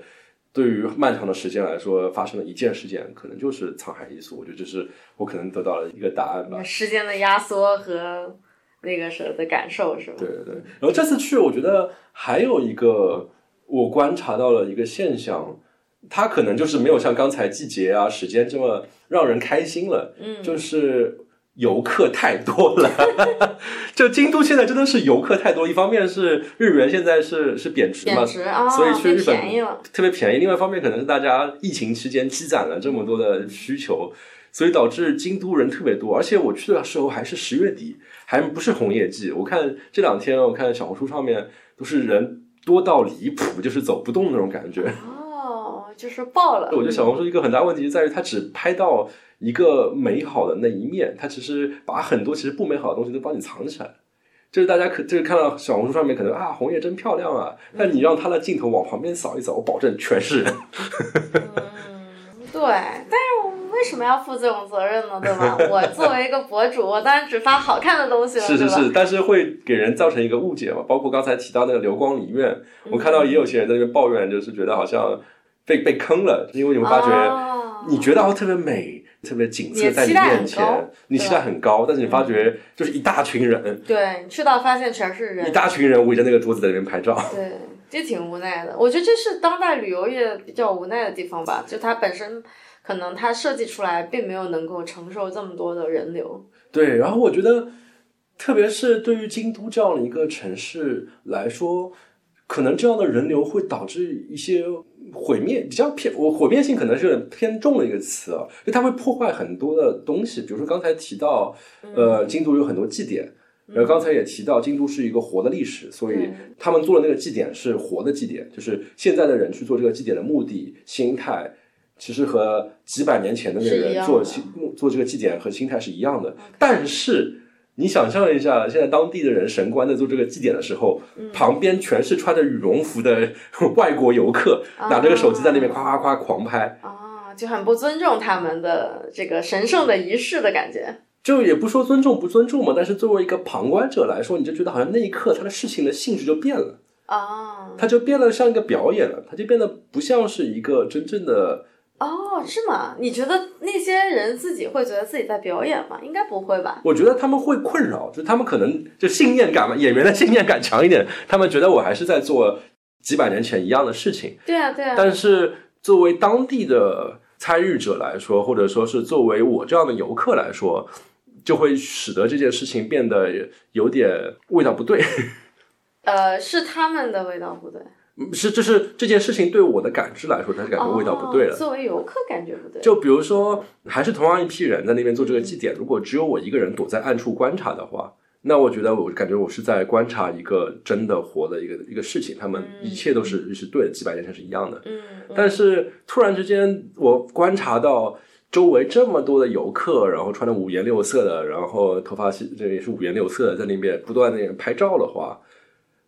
Speaker 1: 对于漫长的时间来说，发生了一件事件，可能就是沧海一粟。我觉得这是我可能得到了一个答案吧。
Speaker 2: 时间的压缩和那个时候的感受是吧？
Speaker 1: 对对对。然后这次去，我觉得还有一个我观察到了一个现象，它可能就是没有像刚才季节啊、时间这么让人开心了，
Speaker 2: 嗯，
Speaker 1: 就是。游客太多了， 就京都现在真的是游客太多。一方面是日元现在是是贬值嘛，
Speaker 2: 贬值啊，
Speaker 1: 所以去
Speaker 2: 变
Speaker 1: 日本
Speaker 2: 便宜了。
Speaker 1: 特别便宜。另外一方面，可能是大家疫情期间积攒了这么多的需求，所以导致京都人特别多。而且我去的时候还是十月底，还不是红叶季。我看这两天，我看小红书上面都是人多到离谱，就是走不动那种感觉。
Speaker 2: 哦，就是爆了。
Speaker 1: 我觉得小红书一个很大问题在于，它只拍到一个美好的那一面，它其实把很多其实不美好的东西都帮你藏起来。就是大家可就是看到小红书上面可能啊红叶真漂亮啊，但你让它的镜头往旁边扫一扫，我保证全是人。
Speaker 2: 嗯，对，但是我为什么要负这种责任呢？对吧？我作为一个博主，我当然只发好看的东西 了，
Speaker 1: 是是
Speaker 2: 对吧？
Speaker 1: 是，但是会给人造成一个误解嘛。包括刚才提到那个流光梨院，我看
Speaker 2: 嗯
Speaker 1: 到也有些人在那边抱怨，就是觉得好像被被坑了，因为你会发觉，
Speaker 2: 哦、
Speaker 1: 你觉得好像特别美，特别景色在你
Speaker 2: 你期待
Speaker 1: 面
Speaker 2: 很高嗯
Speaker 1: 前，你期待很高，但是你发觉就是一大群人，
Speaker 2: 对你去到发现全是
Speaker 1: 一
Speaker 2: 人，
Speaker 1: 大群人围着那个桌子在那边拍照。
Speaker 2: 对，这挺无奈的。我觉得这是当代旅游业比较无奈的地方吧，就它本身可能它设计出来并没有能够承受这么多的人流。
Speaker 1: 对，然后我觉得，特别是对于京都这样的一个城市来说，可能这样的人流会导致一些毁灭，比较偏我毁灭性可能是有点偏重的一个词啊，就它会破坏很多的东西，比如说刚才提到，呃，京都有很多祭典。然后刚才也提到，京都是一个活的历史，所以
Speaker 2: 对
Speaker 1: 他们做的那个祭典是活的祭典，就是现在的人去做这个祭典的目的、心态，其实和几百年前的那个
Speaker 2: 是一
Speaker 1: 人
Speaker 2: 样
Speaker 1: 做
Speaker 2: 的
Speaker 1: 其做这个祭典和心态是一样的。但是你想象一下，现在当地的人神官在做这个祭典的时候，
Speaker 2: 嗯
Speaker 1: 旁边全是穿着羽绒服的 外国游客，
Speaker 2: 啊
Speaker 1: 拿着个手机在那边夸夸夸狂拍。
Speaker 2: 哦啊，就很不尊重他们的这个神圣的仪式的感觉。
Speaker 1: 就也不说尊重不尊重嘛，但是作为一个旁观者来说，你就觉得好像那一刻他的事情的性质就变了，
Speaker 2: 啊，
Speaker 1: 他就变得像一个表演了，他就变得不像是一个真正的。
Speaker 2: 哦，是吗？你觉得那些人自己会觉得自己在表演吗？应该不会吧？
Speaker 1: 我觉得他们会困扰，就是他们可能就信念感嘛，演员的信念感强一点，他们觉得我还是在做几百年前一样的事情。
Speaker 2: 对啊，对啊。
Speaker 1: 但是作为当地的参与者来说，或者说是作为我这样的游客来说，就会使得这件事情变得有点味道不对。
Speaker 2: 呃，是他们的味道不对，
Speaker 1: 是，这是这件事情对我的感知来说，它感觉味道不对了。
Speaker 2: 哦作为游客感觉不对，
Speaker 1: 就比如说，还是同样一批人在那边做这个祭典，如果只有我一个人躲在暗处观察的话，那我觉得我感觉我是在观察一个真的活的一个一个事情，他们
Speaker 2: 嗯
Speaker 1: 一切都是是对的，几百年前是一样的。
Speaker 2: 嗯，嗯
Speaker 1: 但是突然之间，我观察到周围这么多的游客，然后穿的五颜六色的，然后头发是这也是五颜六色的，在那边不断的拍照的话，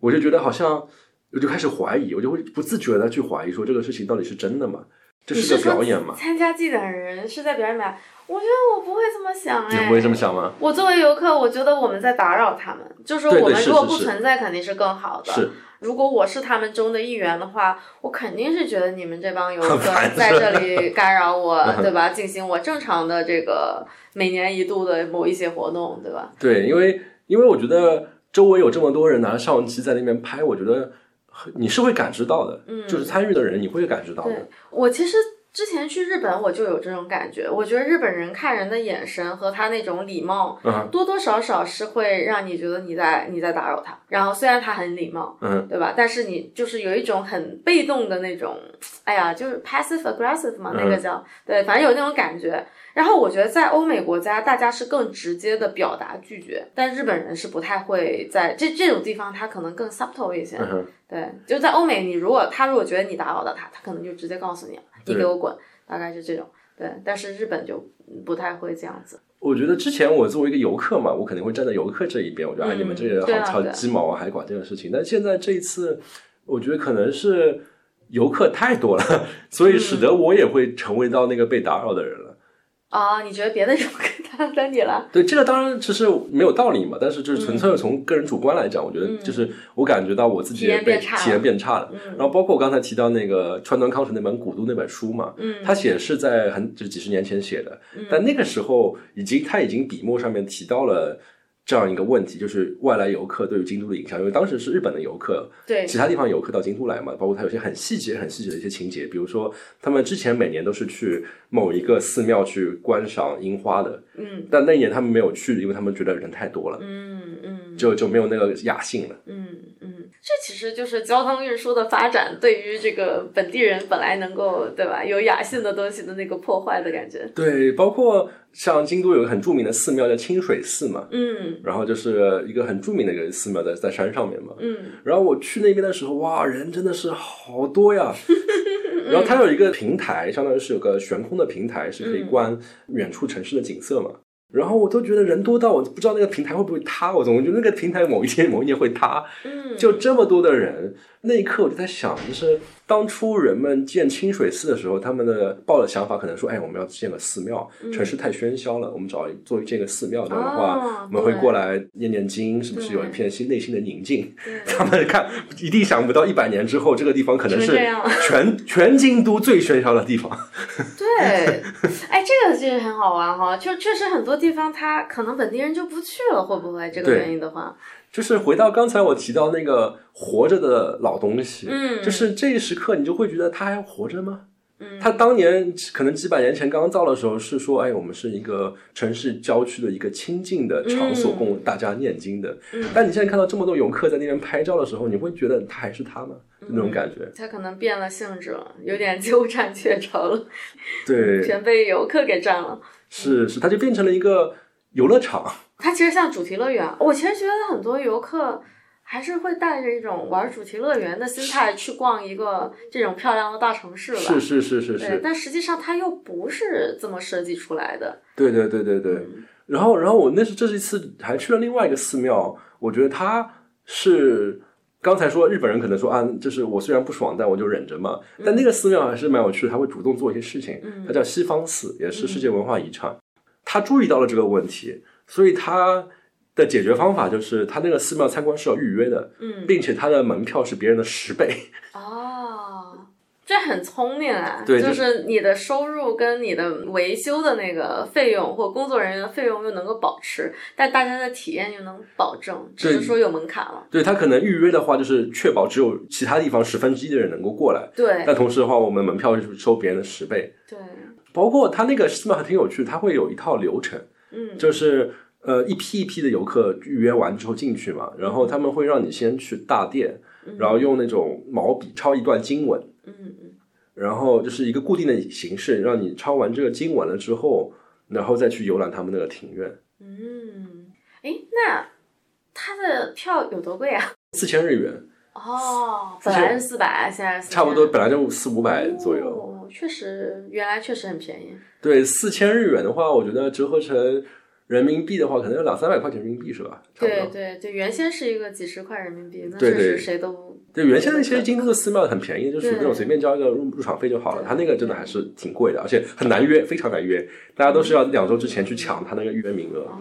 Speaker 1: 我就觉得好像我就开始怀疑，我就会不自觉的去怀疑说这个事情到底是真的吗？这
Speaker 2: 你
Speaker 1: 是个
Speaker 2: 说
Speaker 1: 表演吗？
Speaker 2: 参加祭典的人是在表演吧？我觉得我不会这么想
Speaker 1: 你
Speaker 2: 哎，
Speaker 1: 会这么想吗？
Speaker 2: 我作为游客，我觉得我们在打扰他们，就是
Speaker 1: 对
Speaker 2: 我
Speaker 1: 对
Speaker 2: 们
Speaker 1: 是
Speaker 2: 如果
Speaker 1: 是
Speaker 2: 不
Speaker 1: 是
Speaker 2: 存在，肯定是更好的。
Speaker 1: 哎是，
Speaker 2: 如果我是他们中的一员的话，我肯定是觉得你们这帮游客
Speaker 1: 很烦
Speaker 2: 在这里干扰 我，对吧？进行我正常的这个每年一度的某一些活动，对吧？
Speaker 1: 对，因为因为我觉得周围有这么多人拿着相机在那边拍，我觉得很你是会感知到的，
Speaker 2: 嗯
Speaker 1: 就是参与的人你会感知到
Speaker 2: 对
Speaker 1: 的，
Speaker 2: 我其实之前去日本，我就有这种感觉。我觉得日本人看人的眼神和他那种礼貌，
Speaker 1: 嗯
Speaker 2: 多多少少是会让你觉得你在你在打扰他。然后虽然他很礼貌，
Speaker 1: 嗯，
Speaker 2: 对吧？但是你就是有一种很被动的那种，哎呀，就是 passive aggressive 嘛，
Speaker 1: 嗯
Speaker 2: 那个叫、对，反正有那种感觉。然后我觉得在欧美国家，大家是更直接的表达拒绝，但日本人是不太会在这这种地方，他可能更 subtle 一些。
Speaker 1: 嗯哼
Speaker 2: 对，就在欧美，你如果他如果觉得你打扰到他，他可能就直接告诉你了，你
Speaker 1: 对
Speaker 2: 给我滚，大概是这种。对，但是日本就不太会这样子。
Speaker 1: 我觉得之前我作为一个游客嘛，我肯定会站在游客这一边。我觉得、哎，
Speaker 2: 嗯
Speaker 1: 你们这些
Speaker 2: 对啊
Speaker 1: 好好
Speaker 2: 对啊
Speaker 1: 鸡毛啊，还管这个事情。但现在这一次，我觉得可能是游客太多了，所以
Speaker 2: 嗯
Speaker 1: 使得我也会成为到那个被打扰的人了。
Speaker 2: 啊、你觉得别的人打扰到你了？
Speaker 1: 对，这个当然其实没有道理嘛，但是就是纯粹从个人主观来讲，我觉得就是我感觉到我自己
Speaker 2: 嗯体验
Speaker 1: 也被
Speaker 2: 变差了
Speaker 1: 体验变差了。
Speaker 2: 嗯
Speaker 1: 然后包括我刚才提到那个川端康成那本《古都》那本书嘛，
Speaker 2: 嗯，
Speaker 1: 他写是在很就几十年前写的，
Speaker 2: 嗯
Speaker 1: 但那个时候已经他已经笔墨上面提到了这样一个问题，就是外来游客对于京都的影响，因为当时是日本的游客，
Speaker 2: 对
Speaker 1: 其他地方游客到京都来嘛，包括他有些很细节、很细节的一些情节，比如说他们之前每年都是去某一个寺庙去观赏樱花的，
Speaker 2: 嗯
Speaker 1: 但那一年他们没有去，因为他们觉得人太多了，
Speaker 2: 嗯嗯，
Speaker 1: 就就没有那个雅兴了。
Speaker 2: 嗯，嗯，这其实就是交通运输的发展对于这个本地人本来能够对吧有雅兴的东西的那个破坏的感觉。
Speaker 1: 对，包括像京都有个很著名的寺庙叫清水寺嘛，
Speaker 2: 嗯
Speaker 1: 然后就是一个很著名的一个寺庙在在山上面嘛。
Speaker 2: 嗯
Speaker 1: 然后我去那边的时候，哇，人真的是好多呀！ 然后它有一个平台，相当于是有个悬空的平台，是
Speaker 2: 嗯
Speaker 1: 可以观远处城市的景色嘛。然后我都觉得人多到我不知道那个平台会不会塌，我总觉得那个平台某一天某一年会塌。
Speaker 2: 嗯，
Speaker 1: 就这么多的人，那一刻我就在想，就是当初人们建清水寺的时候，他们的抱的想法可能说，哎，我们要建个寺庙，
Speaker 2: 嗯
Speaker 1: 城市太喧嚣了，我们找一做建个寺庙，这样的话，
Speaker 2: 哦
Speaker 1: 我们会
Speaker 2: 对
Speaker 1: 过来念念经，是不是
Speaker 2: 对
Speaker 1: 有一片心内心的宁静？
Speaker 2: 对
Speaker 1: 他们看一定想不到，一百年之后，这个地方可能
Speaker 2: 成
Speaker 1: 是
Speaker 2: 这样
Speaker 1: 全全京都最喧嚣的地方。
Speaker 2: 对，哎，这个其实很好玩哈、就确实很多地方他可能本地人就不去了，会不会这个
Speaker 1: 对
Speaker 2: 原因的话，
Speaker 1: 就是回到刚才我提到那个活着的老东西，
Speaker 2: 嗯
Speaker 1: 就是这一时刻，你就会觉得他还活着吗？
Speaker 2: 嗯，
Speaker 1: 他当年可能几百年前刚造的时候是说，哎，我们是一个城市郊区的一个清静的场所，
Speaker 2: 嗯
Speaker 1: 供大家念经的。
Speaker 2: 嗯
Speaker 1: 但你现在看到这么多游客在那边拍照的时候，你会觉得他还是他吗？就
Speaker 2: 嗯
Speaker 1: 那种感觉。
Speaker 2: 他可能变了性质了，有点 鸠占鹊巢了，
Speaker 1: 对，
Speaker 2: 全被游客给占了。
Speaker 1: 是是，他就变成了一个游乐场。
Speaker 2: 它其实像主题乐园，我其实觉得很多游客还是会带着一种玩主题乐园的心态去逛一个这种漂亮的大城市吧。
Speaker 1: 是是是是
Speaker 2: 对，
Speaker 1: 是，
Speaker 2: 但实际上它又不是这么设计出来的。
Speaker 1: 对对对对对。
Speaker 2: 嗯
Speaker 1: 然后然后我那是这是一次还去了另外一个寺庙，我觉得他是。刚才说日本人可能说啊，就是我虽然不爽，但我就忍着嘛。但那个寺庙还是蛮有趣的，他会主动做一些事情。
Speaker 2: 嗯嗯
Speaker 1: 它叫西方寺，也是世界文化遗产。他注意到了这个问题，所以他的解决方法就是他那个寺庙参观是要预约的，
Speaker 2: 嗯，
Speaker 1: 并且他的门票是别人的十倍。
Speaker 2: 哦，这很聪明啊！
Speaker 1: 对
Speaker 2: 就
Speaker 1: 就是
Speaker 2: 你的收入跟你的维修的那个费用或工作人员的费用又能够保持，但大家的体验又能保证，只是
Speaker 1: 对
Speaker 2: 说有门槛了。
Speaker 1: 对他可能预约的话，就是确保只有其他地方十分之一的人能够过来，
Speaker 2: 对
Speaker 1: 但同时的话，我们门票是收别人的十倍。
Speaker 2: 对，
Speaker 1: 包括他那个寺庙还挺有趣，他会有一套流程，
Speaker 2: 嗯，
Speaker 1: 就是呃一批一批的游客预约完之后进去嘛，然后他们会让你先去大殿，
Speaker 2: 嗯
Speaker 1: 然后用那种毛笔抄一段经文，
Speaker 2: 嗯嗯
Speaker 1: 然后就是一个固定的形式，让你抄完这个经文了之后，然后再去游览他们那个庭院，
Speaker 2: 嗯，哎，那它的票有多贵啊？
Speaker 1: 四千日元，
Speaker 2: 哦，本来是四百，现在是
Speaker 1: 差不多本来就四五百左右。
Speaker 2: 哦，确实，原来确实很便宜。
Speaker 1: 对，四千日元的话，我觉得折合成人民币的话，可能有两三百块钱人民币是吧？差不
Speaker 2: 对
Speaker 1: 多。
Speaker 2: 对对，原先是一个几十块人民币，那
Speaker 1: 对
Speaker 2: 确实
Speaker 1: 对
Speaker 2: 谁都
Speaker 1: 对，原先那些京都的寺庙很便宜，就属于那种随便交一个入入场费就好了。
Speaker 2: 对
Speaker 1: 他那个真的还是挺贵的，而且很难约，非常难约，大家都是要两周之前去抢他那个预约名额。
Speaker 2: 哦，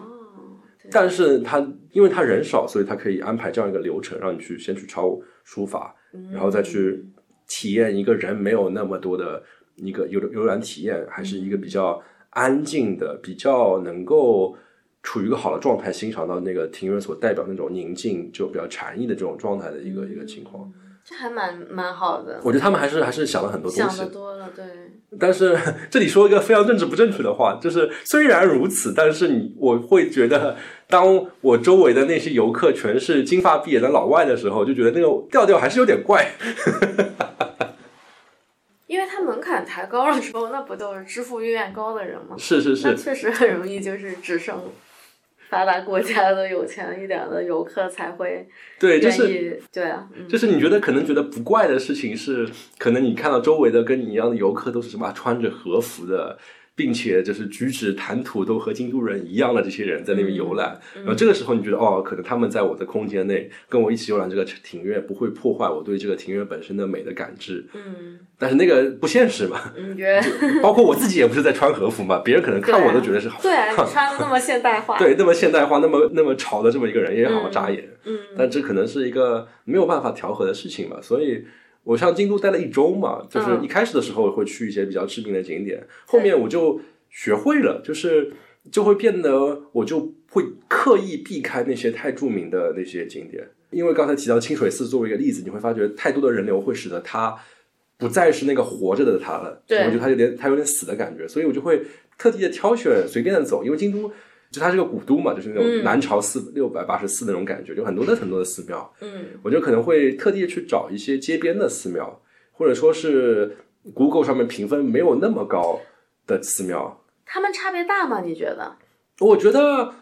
Speaker 2: 对
Speaker 1: 但是他因为他人少，所以他可以安排这样一个流程，让你去先去抄书法，然后再去体验一个人没有那么多的一个游游览体验，还是一个比较安静的、比较能够处于一个好的状态，欣赏到那个庭院所代表那种宁静、就比较禅意的这种状态的一个一个情况。
Speaker 2: 这还蛮蛮好的，
Speaker 1: 我觉得他们还是还是想了很多东
Speaker 2: 想的
Speaker 1: 西，
Speaker 2: 多了，对，
Speaker 1: 但是 这里说一个非常政治不正确的话，就是虽然如此，但是你我会觉得，当我周围的那些游客全是金发碧眼的老外的时候，就觉得那个调调还是有点怪。
Speaker 2: 因为它门槛抬高了之后，那不都是支付意愿高的人吗？
Speaker 1: 是是
Speaker 2: 那
Speaker 1: 是，
Speaker 2: 确实很容易就是只剩发达国家的有钱一点的游客才会
Speaker 1: 对，就
Speaker 2: 愿
Speaker 1: 是
Speaker 2: 意，对啊，嗯
Speaker 1: 就是你觉得可能觉得不怪的事情是，可能你看到周围的跟你一样的游客都是什么啊穿着和服的，并且就是举止谈吐都和京都人一样的这些人在那边游
Speaker 2: 嗯
Speaker 1: 览，然后这个时候你觉得哦，可能他们在我的空间内跟我一起游览这个庭院，不会破坏我对这个庭院本身的美的感知，
Speaker 2: 嗯，
Speaker 1: 但是那个不现实 嘛，
Speaker 2: 你觉得？
Speaker 1: 包括我自己也不是在穿和服嘛，别人可能看我都觉得是好。
Speaker 2: 对啊，你穿的那么现代化，
Speaker 1: 对，那么现代化，那么那么潮的这么一个人，也好好扎眼。
Speaker 2: 嗯，
Speaker 1: 但这可能是一个没有办法调和的事情吧。所以我上京都待了一周嘛，就是
Speaker 2: 嗯
Speaker 1: 一开始的时候会去一些比较知名的景点，后面我就学会了，就是就会变得我就会刻意避开那些太著名的那些景点，因为刚才提到清水寺作为一个例子，你会发觉太多的人流会使得它。不再是那个活着的他了，我
Speaker 2: 对
Speaker 1: 觉得他有点他有点死的感觉，所以我就会特地的挑选随便的走，因为京都就它是个古都嘛，就是那
Speaker 2: 嗯
Speaker 1: 种南朝四六百八十四那种感觉，就很多的很多的寺庙，
Speaker 2: 嗯
Speaker 1: 我就可能会特地去找一些街边的寺庙，或者说是 Google 上面评分没有那么高的寺庙。
Speaker 2: 他们差别大吗？你觉得？
Speaker 1: 我觉得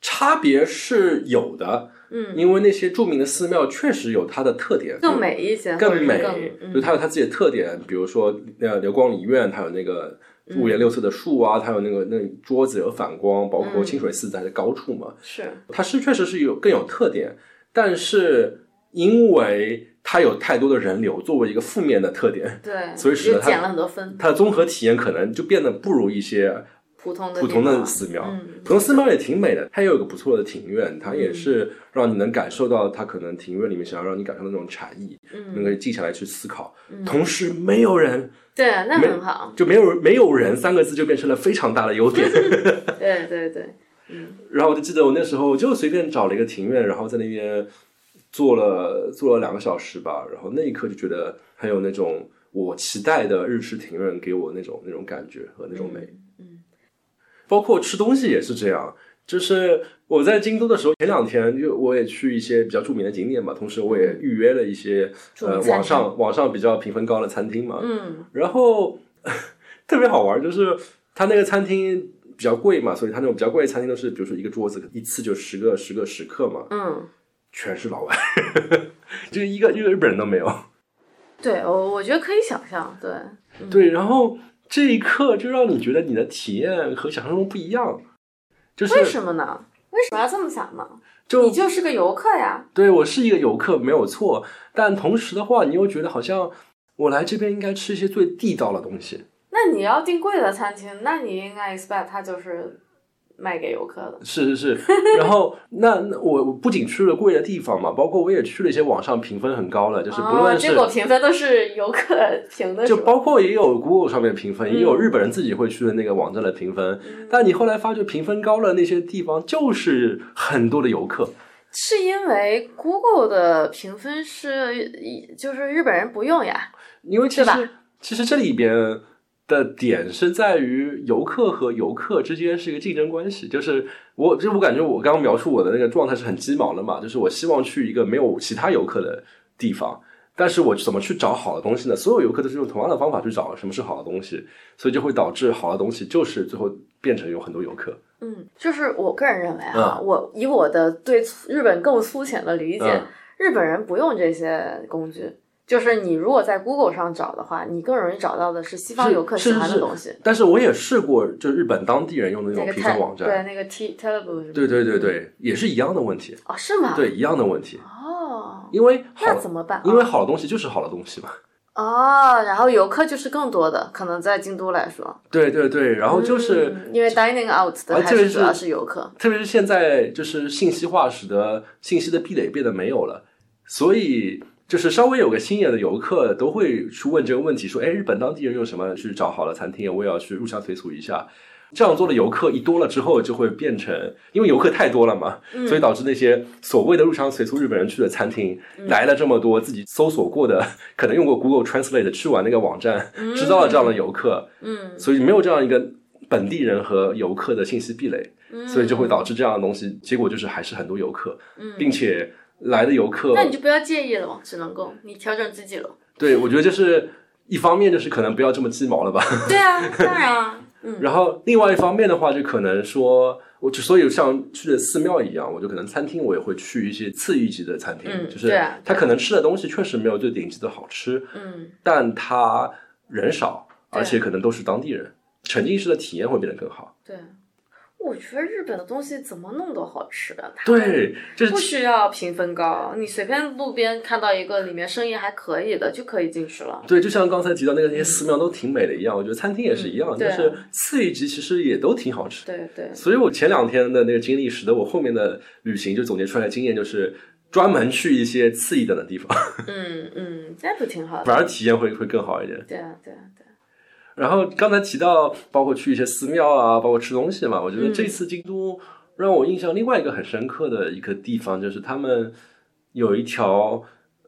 Speaker 1: 差别是有的，
Speaker 2: 嗯，
Speaker 1: 因为那些著名的寺庙确实有它的特点，
Speaker 2: 更美一些，或者
Speaker 1: 更
Speaker 2: 是
Speaker 1: 美，
Speaker 2: 嗯
Speaker 1: 就它有它自己的特点，比如说呃流光里院，它有那个五颜六色的树啊，它有那个那个桌子有反光，包括
Speaker 2: 嗯
Speaker 1: 清水寺在高处嘛，
Speaker 2: 是，
Speaker 1: 它是确实是有更有特点，但是因为它有太多的人流作为一个负面的特点，
Speaker 2: 对，
Speaker 1: 所以使得
Speaker 2: 就
Speaker 1: 它
Speaker 2: 减了很多分，
Speaker 1: 它的综合体验可能就变得不如一些
Speaker 2: 普通的
Speaker 1: 普通
Speaker 2: 地
Speaker 1: 的
Speaker 2: 方
Speaker 1: 寺庙。
Speaker 2: 嗯
Speaker 1: 普通寺庙也挺美的，它也有个不错的庭院，它也是让你能感受到它可能庭院里面想要让你感受到那种禅意，能
Speaker 2: 嗯，
Speaker 1: 够静下来去思考。
Speaker 2: 嗯
Speaker 1: 同时，没有人
Speaker 2: 对，啊那
Speaker 1: 没
Speaker 2: 很好，
Speaker 1: 就没有没有人三个字就变成了非常大的优点。
Speaker 2: 对对对，嗯
Speaker 1: 然后我就记得我那时候就随便找了一个庭院，然后在那边坐了坐了两个小时吧。然后那一刻就觉得很有那种我期待的日式庭院给我那种那种感觉和那种美。
Speaker 2: 嗯，
Speaker 1: 包括吃东西也是这样，就是我在京都的时候，前两天就我也去一些比较著名的景点嘛，同时我也预约了一些
Speaker 2: 著名
Speaker 1: 呃
Speaker 2: 餐厅
Speaker 1: 网上网上比较评分高的餐厅嘛。
Speaker 2: 嗯
Speaker 1: 然后呃特别好玩，就是他那个餐厅比较贵嘛，所以他那种比较贵的餐厅都是，比如说一个桌子一次就十个、十个、十客嘛，
Speaker 2: 嗯，
Speaker 1: 全是老外， 就一个一个日本人都没有。
Speaker 2: 对我我觉得可以想象，对，
Speaker 1: 对，然后这一刻就让你觉得你的体验和想象中不一样，就是
Speaker 2: 为什么呢？为什么要这么想呢？
Speaker 1: 就
Speaker 2: 你就是个游客呀，
Speaker 1: 对我是一个游客没有错，但同时的话，你又觉得好像我来这边应该吃一些最地道的东西。
Speaker 2: 那你要订贵的餐厅，那你应该 expect 它就是卖给游客的。
Speaker 1: 是是是， 然后那那我我不仅去了贵的地方嘛，包括我也去了一些网上评分很高的，就是不论
Speaker 2: 哦、
Speaker 1: 是、
Speaker 2: 结果评分都是游客评的，
Speaker 1: 就是
Speaker 2: 吧
Speaker 1: 包括也有 Google 上面评分，也有
Speaker 2: 嗯
Speaker 1: 日本人自己会去的那个网站的评分，但你后来发觉评分高了那些地方就是很多的游客，
Speaker 2: 是因为 Google 的评分是以就是日本人不用呀，
Speaker 1: 因为其
Speaker 2: 对吧
Speaker 1: 实其实这里边的点是在于游客和游客之间是一个竞争关系，就是我就是我感觉我刚刚描述我的那个状态是很鸡毛的嘛，就是我希望去一个没有其他游客的地方。但是我怎么去找好的东西呢？所有游客都是用同样的方法去找什么是好的东西，所以就会导致好的东西就是最后变成有很多游客。
Speaker 2: 嗯，就是我个人认为啊，我以我的对粗日本更粗浅的理解，
Speaker 1: 嗯
Speaker 2: 日本人不用这些工具。就是你如果在 Google 上找的话，你更容易找到的是西方
Speaker 1: 是
Speaker 2: 游客
Speaker 1: 是
Speaker 2: 喜欢
Speaker 1: 是
Speaker 2: 的东西。
Speaker 1: 但是我也试过，就日本当地人用的那
Speaker 2: 那
Speaker 1: 种
Speaker 2: 个
Speaker 1: 评分
Speaker 2: Tel-
Speaker 1: 网
Speaker 2: 对
Speaker 1: 站，
Speaker 2: 那个 T Teleblue 是吧
Speaker 1: 对对对对，也是一样的问题，
Speaker 2: 哦，是吗？
Speaker 1: 对一样的问题，
Speaker 2: 哦，
Speaker 1: 因为好
Speaker 2: 那怎么办？
Speaker 1: 因为
Speaker 2: 哦
Speaker 1: 好的东西就是好的东西嘛。
Speaker 2: 哦，然后游客就是更多的，可能在京都来说，
Speaker 1: 对对对，然后就是、
Speaker 2: 嗯因为 dining out 的
Speaker 1: 啊
Speaker 2: 还
Speaker 1: 这个
Speaker 2: 是
Speaker 1: 是
Speaker 2: 主要是游客。
Speaker 1: 特别是现在就是信息化使得信息的壁垒变得没有了，所以就是稍微有个心眼的游客都会去问这个问题，说：“哎，日本当地人用什么去找好的餐厅？我也要去入乡随俗一下。”这样做的游客一多了之后，就会变成因为游客太多了嘛，所以导致那些所谓的入乡随俗日本人去的餐厅、来了这么多自己搜索过的，可能用过 Google Translate 去玩那个网站，知道了这样的游客，
Speaker 2: 嗯，
Speaker 1: 所以没有这样一个本地人和游客的信息壁垒。
Speaker 2: 嗯
Speaker 1: 所以就会导致这样的东西，结果就是还是很多游客，
Speaker 2: 嗯
Speaker 1: 并且来的游客
Speaker 2: 那，你就不要介意了嘛，只能够你调整自己 了。
Speaker 1: 对我觉得就是一方面就是可能不要这么鸡毛了吧，
Speaker 2: 对啊，当然啊，嗯
Speaker 1: 然后另外一方面的话，就可能说，我就所以像去的寺庙一样，我就可能餐厅我也会去一些次一级的餐厅，
Speaker 2: 嗯
Speaker 1: 就是
Speaker 2: 对啊
Speaker 1: 它可能吃的东西确实没有最顶级的好吃，
Speaker 2: 嗯，
Speaker 1: 但它人少，
Speaker 2: 对啊
Speaker 1: 而且可能都是当地人，沉浸式的体验会变得更好。
Speaker 2: 对。我觉得日本的东西怎么弄都好吃啊，它
Speaker 1: 对，就是
Speaker 2: 不需要评分高，你随便路边看到一个里面生意还可以的就可以进去了。
Speaker 1: 对，就像刚才提到那个那些寺庙都挺美的一样，我觉得餐厅也是一样，
Speaker 2: 嗯
Speaker 1: 就
Speaker 2: 对啊
Speaker 1: 是次一级其实也都挺好吃。
Speaker 2: 对 对，
Speaker 1: 所以我前两天的那个经历，使得我后面的旅行就总结出来的经验就是。专门去一些次一等的地方，
Speaker 2: 嗯嗯，这不挺好的。
Speaker 1: 反而体验会会更好一点。
Speaker 2: 对啊对啊对啊，
Speaker 1: 然后刚才提到，包括去一些寺庙啊，包括吃东西嘛，我觉得
Speaker 2: 嗯
Speaker 1: 这次京都让我印象另外一个很深刻的一个地方，就是他们有一条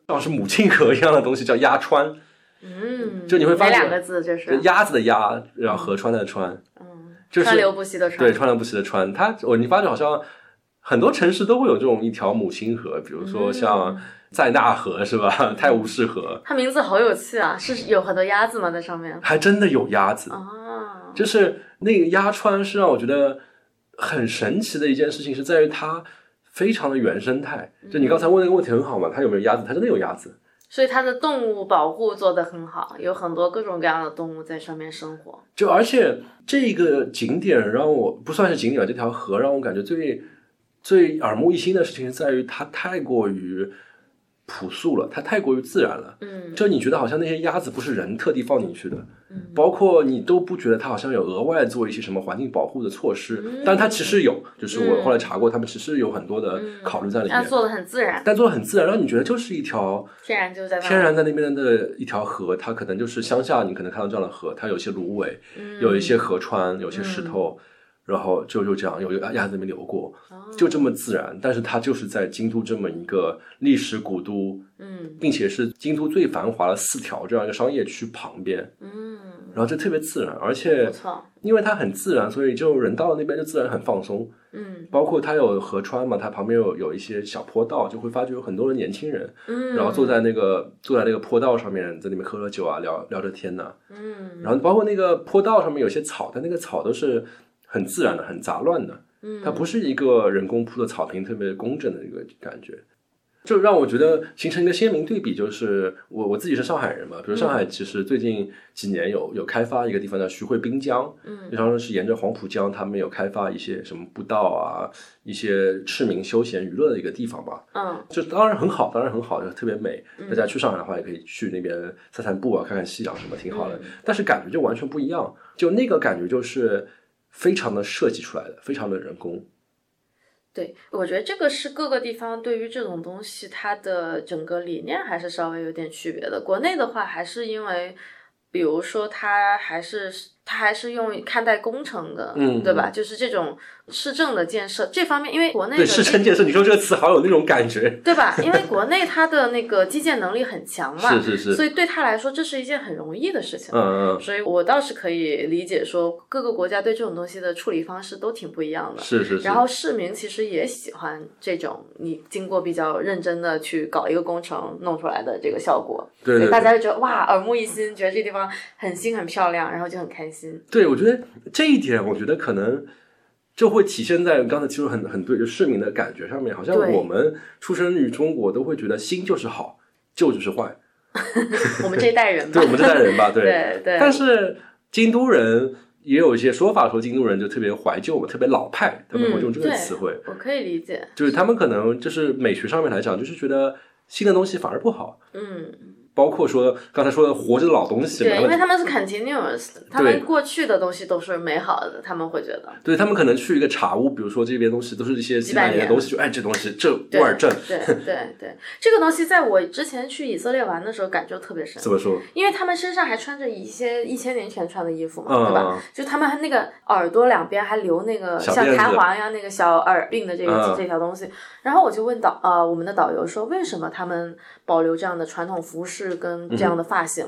Speaker 1: 像是母亲河一样的东西叫鸭川，
Speaker 2: 嗯，
Speaker 1: 就你会发现
Speaker 2: 哪两个字这？
Speaker 1: 就是鸭子的鸭，然后河川的川，
Speaker 2: 嗯，
Speaker 1: 就是
Speaker 2: 啊川流不息的川。
Speaker 1: 对，川流不息的川，它我你发觉好像很多城市都会有这种一条母亲河，比如说像
Speaker 2: 嗯
Speaker 1: 塞纳河是吧？ 泰晤士河，
Speaker 2: 它名字好有趣啊，是有很多鸭子吗？在上面？
Speaker 1: 还真的有鸭子，
Speaker 2: 啊，
Speaker 1: 就是那个鸭川是让我觉得很神奇的一件事情，是在于它非常的原生态。就你刚才问那个问题很好嘛，它有没有鸭子？它真的有鸭子，
Speaker 2: 所以它的动物保护做得很好，有很多各种各样的动物在上面生活。
Speaker 1: 就而且这个景点让我不算是景点，这条河让我感觉最最耳目一新的事情是在于它太过于朴素了，它太过于自然了。
Speaker 2: 嗯
Speaker 1: 就你觉得好像那些鸭子不是人特地放进去的，
Speaker 2: 嗯
Speaker 1: 包括你都不觉得它好像有额外做一些什么环境保护的措施，
Speaker 2: 嗯
Speaker 1: 但它其实有，就是我
Speaker 2: 嗯
Speaker 1: 后来查过，他们其实有很多的考虑在里面，
Speaker 2: 它做的很自然，
Speaker 1: 但做的很自然，让你觉得就是一条
Speaker 2: 天然就在那儿。
Speaker 1: 天然在那边的一条河，它可能就是乡下，你可能看到这样的河，它有一些芦苇，
Speaker 2: 嗯
Speaker 1: 有一些河川，有些石头，然后就就这样有有鸭子在那边流过，
Speaker 2: 哦
Speaker 1: 就这么自然。但是它就是在京都这么一个历史古都，
Speaker 2: 嗯
Speaker 1: 并且是京都最繁华的四条这样一个商业区旁边，
Speaker 2: 嗯，
Speaker 1: 然后就特别自然，而
Speaker 2: 不
Speaker 1: 且
Speaker 2: 错，
Speaker 1: 因为它很自然，所以就人到了那边就自然很放松。
Speaker 2: 嗯
Speaker 1: 包括它有河川嘛，它旁边有有一些小坡道，就会发觉有很多的年轻人，
Speaker 2: 嗯，
Speaker 1: 然后坐在那个坐在那个坡道上面，在那边喝喝酒啊，聊聊着天呐、
Speaker 2: 嗯
Speaker 1: 然后包括那个坡道上面有些草，但那个草都是很自然的、很杂乱的，
Speaker 2: 嗯，
Speaker 1: 它不是一个人工铺的草坪，特别工整的一个感觉。就让我觉得形成一个鲜明对比，就是我我自己是上海人嘛，比如上
Speaker 2: 嗯
Speaker 1: 海其实最近几年有有开发一个地方叫徐汇滨江，
Speaker 2: 嗯
Speaker 1: 就像是沿着黄浦江，他们有开发一些什么步道啊，一些市民休闲娱乐的一个地方吧，
Speaker 2: 嗯
Speaker 1: 就当然很好，当然很好，就特别美。大家去上海的话，也可以去那边散散步啊，看看夕阳什么，挺好的。但是感觉就完全不一样，就那个感觉就是非常的设计出来的，非常的人工。
Speaker 2: 对，我觉得这个是各个地方对于这种东西它的整个理念还是稍微有点区别的。国内的话，还是因为，比如说它还是它还是用看待工程的，
Speaker 1: 嗯
Speaker 2: 对吧？就是这种市政的建设这方面，因为国内的
Speaker 1: 对，是
Speaker 2: 这
Speaker 1: 城建设，你说这个词好有那种感觉。
Speaker 2: 对吧？因为国内它的那个基建能力很强嘛，
Speaker 1: 是是是，
Speaker 2: 所以对他来说这是一件很容易的事情。
Speaker 1: 嗯嗯，
Speaker 2: 所以我倒是可以理解说，各个国家对这种东西的处理方式都挺不一样的。
Speaker 1: 是是是。
Speaker 2: 然后市民其实也喜欢这种你经过比较认真的去搞一个工程弄出来的这个效果，
Speaker 1: 对对
Speaker 2: 大
Speaker 1: 对，
Speaker 2: 家就觉得哇耳目一新，觉得这地方很新很漂亮，然后就很 开心。
Speaker 1: 对我觉得这一点，我觉得可能就会体现在刚才提出很很对，就市民的感觉上面，好像
Speaker 2: 对
Speaker 1: 我们出生于中国，都会觉得新就是好，旧就是坏，
Speaker 2: 我们这一代人吧
Speaker 1: 对我，们这代人吧，对。
Speaker 2: 对对，
Speaker 1: 但是京都人也有一些说法，说京都人就特别怀旧嘛，特别老派，他们会用这
Speaker 2: 嗯
Speaker 1: 个
Speaker 2: 对
Speaker 1: 词汇。
Speaker 2: 我可以理解，
Speaker 1: 就是他们可能就是美学上面来讲，就是觉得新的东西反而不好，
Speaker 2: 嗯，
Speaker 1: 包括说刚才说的活着的老东西嘛，
Speaker 2: 对，
Speaker 1: 他
Speaker 2: 因为
Speaker 1: 们
Speaker 2: 他们是 continuous 的，他
Speaker 1: 对
Speaker 2: 们过去的东西都是美好的，他们会觉得。
Speaker 1: 对他们可能去一个茶屋，比如说这边东西都是一些几百
Speaker 2: 几百
Speaker 1: 年的
Speaker 2: 年
Speaker 1: 东西，就哎这东西这
Speaker 2: 对
Speaker 1: 味儿正，
Speaker 2: 对对对，这个东西在我之前去以色列玩的时候感受特别深
Speaker 1: 怎，么说？
Speaker 2: 因为他们身上还穿着一些一千年前穿的衣服嘛，
Speaker 1: 嗯
Speaker 2: 对吧？就他们还那个耳朵两边还留那个
Speaker 1: 小
Speaker 2: 像
Speaker 1: 辫子
Speaker 2: 弹簧一样那个小耳鬓的这个、
Speaker 1: 嗯
Speaker 2: 这条东西。然后我就问导呃我们的导游说，为什么他们保留这样的传统服饰跟
Speaker 1: 嗯
Speaker 2: 这样的发型？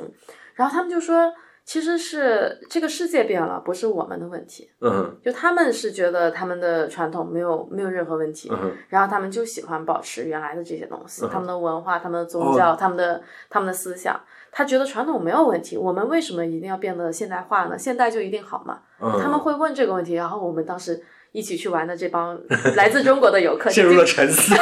Speaker 2: 然后他们就说，其实是这个世界变了，不是我们的问题。
Speaker 1: 嗯
Speaker 2: 就他们是觉得他们的传统没有没有任何问题，
Speaker 1: 嗯哼，
Speaker 2: 然后他们就喜欢保持原来的这些东西，
Speaker 1: 嗯哼哦
Speaker 2: 他们的文化、他们的宗教、他们的他们的思想。他觉得传统没有问题，我们为什么一定要变得现代化呢？现代就一定好吗？
Speaker 1: 嗯
Speaker 2: 他们会问这个问题。然后我们当时一起去玩的这帮来自中国的 游客，
Speaker 1: 陷
Speaker 2: 就
Speaker 1: 入了
Speaker 2: 惊
Speaker 1: 沉思。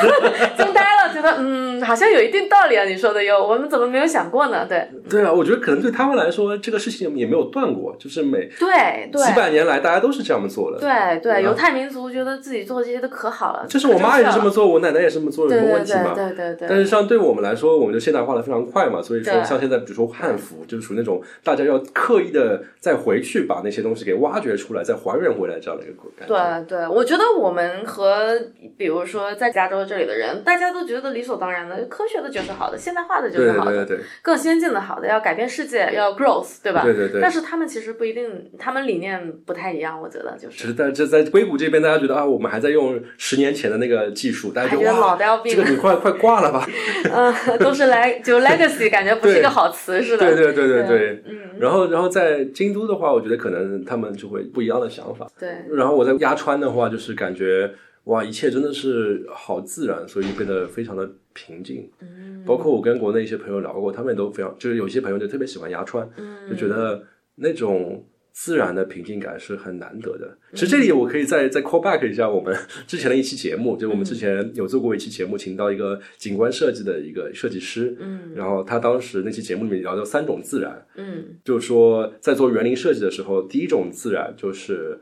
Speaker 2: 惊呆了，觉得嗯，好像有一定道理啊，你说的哟，我们怎么没有想过呢？对
Speaker 1: 对啊，我觉得可能对他们来说，这个事情也没有断过，就是每
Speaker 2: 对
Speaker 1: 几
Speaker 2: 对
Speaker 1: 百年来大家都是这样做的。
Speaker 2: 对对，
Speaker 1: 嗯
Speaker 2: 犹太民族觉得自己做这些都可好了，
Speaker 1: 就是我妈也是这么
Speaker 2: 么
Speaker 1: 做，我奶奶也是这么做，有
Speaker 2: 对
Speaker 1: 什么
Speaker 2: 对
Speaker 1: 问题吗？
Speaker 2: 对对对
Speaker 1: 但
Speaker 2: 对
Speaker 1: 是像对我们来说，我们就现代化的非常快嘛，所以说
Speaker 2: 对
Speaker 1: 像现在，比如说汉服，就是属于那种大家要刻意的再回去把那些东西给挖掘出来，再还原回来这样的一个感觉。
Speaker 2: 对对，我觉得我们和比如说在加州这里的人，大家都觉得理所当然的，科学的就是好的，现代化的就
Speaker 1: 对
Speaker 2: 是
Speaker 1: 对
Speaker 2: 好的，
Speaker 1: 对对对
Speaker 2: 更先进的好的，要改变世界，要 growth，对吧？
Speaker 1: 对对对
Speaker 2: 但是他们其实不一定，他们理念不太一样，我觉得就
Speaker 1: 只
Speaker 2: 是
Speaker 1: 是在这在硅谷这边，大家觉得啊，我们还在用十年前的那个技术，大家
Speaker 2: 感
Speaker 1: 就
Speaker 2: 觉老
Speaker 1: 哇，
Speaker 2: 的要
Speaker 1: 这
Speaker 2: 病
Speaker 1: 个，你快快挂了吧。
Speaker 2: 嗯，都是来就 legacy，感觉不是一个好词似的。
Speaker 1: 对对对对
Speaker 2: 对
Speaker 1: 对。
Speaker 2: 嗯，
Speaker 1: 然后然后在京都的话，我觉得可能他们就会不一样的想法。
Speaker 2: 对
Speaker 1: 然后我在压川的话，就是感觉哇，一切真的是好自然，所以变得非常的平静。
Speaker 2: 嗯
Speaker 1: 包括我跟国内一些朋友聊过，他们也都非常，就是有些朋友就特别喜欢牙川，
Speaker 2: 嗯
Speaker 1: 就觉得那种自然的平静感是很难得的。
Speaker 2: 嗯
Speaker 1: 其实这里我可以再再 call back 一下我们之前的一期节目，就我
Speaker 2: 嗯
Speaker 1: 们之前有做过一期节目，请到一个景观设计的一个设计师，
Speaker 2: 嗯
Speaker 1: 然后他当时那期节目里面聊到三种自然，
Speaker 2: 嗯
Speaker 1: 就是说在做园林设计的时候，第一种自然就是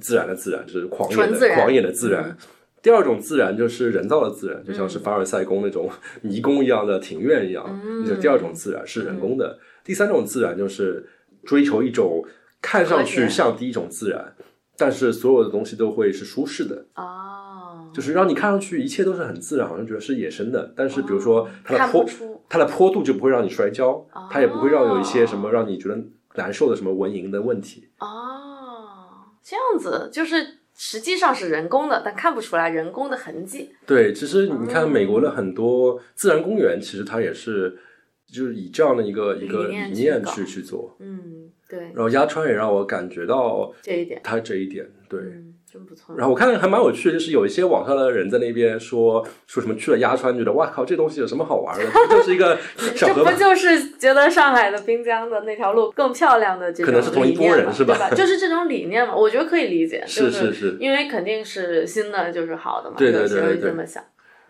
Speaker 1: 自然的自然，就是狂野
Speaker 2: 纯自
Speaker 1: 的
Speaker 2: 然
Speaker 1: 狂野的自然。
Speaker 2: 嗯
Speaker 1: 第二种自然就是人造的自然，就像是凡尔赛宫那种 迷宫一样的庭院一样，
Speaker 2: 嗯
Speaker 1: 就是第二种自然是人工的。第三种自然就是追求一种看上
Speaker 2: 和
Speaker 1: 去
Speaker 2: 谐
Speaker 1: 像第一种自然，但是所有的东西都会是舒适的，
Speaker 2: 哦，
Speaker 1: 就是让你看上去一切都是很自然，好像觉得是野生的。但是比如说它的
Speaker 2: 看
Speaker 1: 坡，
Speaker 2: 不出
Speaker 1: 它的坡度就不会让你摔跤，它也不会让有一些什
Speaker 2: 哦
Speaker 1: 么让你觉得难受的什么蚊蝇的问题。
Speaker 2: 哦，这样子就是实际上是人工的，但看不出来人工的痕迹。
Speaker 1: 对，其实你看
Speaker 2: 哦
Speaker 1: 美国的很多自然公园，其实它也是就是以这样的一个一个
Speaker 2: 理念
Speaker 1: 理
Speaker 2: 去
Speaker 1: 念
Speaker 2: 搞
Speaker 1: 去去做。
Speaker 2: 嗯，对，
Speaker 1: 然后鸭川也让我感觉到
Speaker 2: 这一点，
Speaker 1: 它这一点，对。
Speaker 2: 嗯，真不错。
Speaker 1: 然后我看还蛮有趣，就是有一些网上的人在那边说说什么去了鸭川，觉得哇靠，这东西有什么好玩的？不就是一个小
Speaker 2: 这
Speaker 1: 河
Speaker 2: 不
Speaker 1: 吗？
Speaker 2: 就是觉得上海的滨江的那条路更漂亮的这
Speaker 1: 可
Speaker 2: 种
Speaker 1: 能是同一
Speaker 2: 理念
Speaker 1: 拨人
Speaker 2: 嘛
Speaker 1: 是
Speaker 2: 对
Speaker 1: 吧
Speaker 2: 吧？就是这种理念嘛，我觉得可以理解，就 是
Speaker 1: 是是
Speaker 2: 因为肯定是新的就是好的嘛，
Speaker 1: 对对
Speaker 2: 有些
Speaker 1: 对对
Speaker 2: 人
Speaker 1: 对
Speaker 2: 这么想。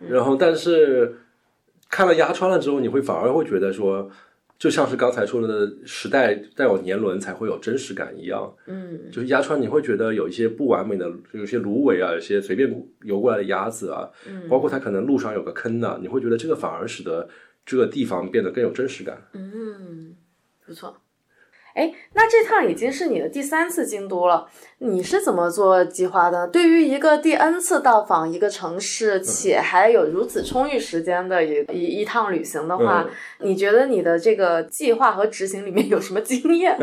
Speaker 1: 然后，但是看了牙川了之后，你会反而会觉得说，就像是刚才说的时代带有年轮才会有真实感一样，
Speaker 2: 嗯
Speaker 1: 就是牙川你会觉得有一些不完美的，有一些芦苇啊，有一些随便游过来的鸭子啊，
Speaker 2: 嗯，
Speaker 1: 包括它可能路上有个坑呐、你会觉得这个反而使得这个地方变得更有真实感。
Speaker 2: 嗯嗯，不错。哎，那这趟已经是你的第三次京都了，你是怎么做计划的？对于一个第 N 次到访一个城市，且还有如此充裕时间的一一一趟旅行的话，
Speaker 1: 嗯
Speaker 2: 你觉得你的这个计划和执行里面有什么经验？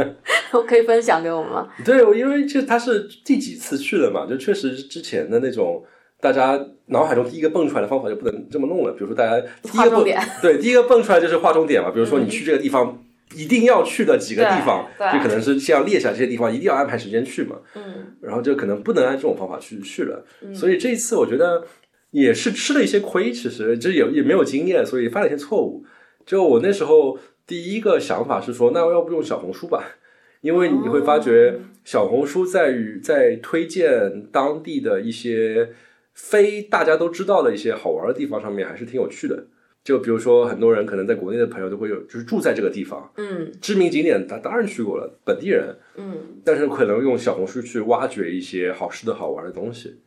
Speaker 2: 可以分享给我们吗？
Speaker 1: 对，我因为这他是第几次去了嘛，就确实之前的那种。大家脑海中第一个蹦出来的方法就不能这么弄了，比如说大家第一
Speaker 2: 划
Speaker 1: 个
Speaker 2: 重
Speaker 1: 蹦
Speaker 2: 点，
Speaker 1: 对第一个蹦出来就是划重点嘛，比如说你
Speaker 2: 嗯
Speaker 1: 去这个地方一定要去的几个地方，
Speaker 2: 对对
Speaker 1: 就可能是这样列下这些地方一定要安排时间去嘛，
Speaker 2: 嗯
Speaker 1: 然后就可能不能按这种方法去去了，
Speaker 2: 嗯，
Speaker 1: 所以这一次我觉得也是吃了一些亏，其实这也也没有经验，所以犯了一些错误。就我那时候第一个想法是说，那要不用小红书吧，因为你会发觉小红书在于在推荐当地的一些非大家都知道的一些好玩的地方上面，还是挺有趣的。就比如说，很多人可能在国内的朋友都会有，就是住在这个地方，
Speaker 2: 嗯
Speaker 1: 知名景点他当然去过了，本地人，
Speaker 2: 嗯
Speaker 1: 但是可能用小红书去挖掘一些好吃的好玩的东西。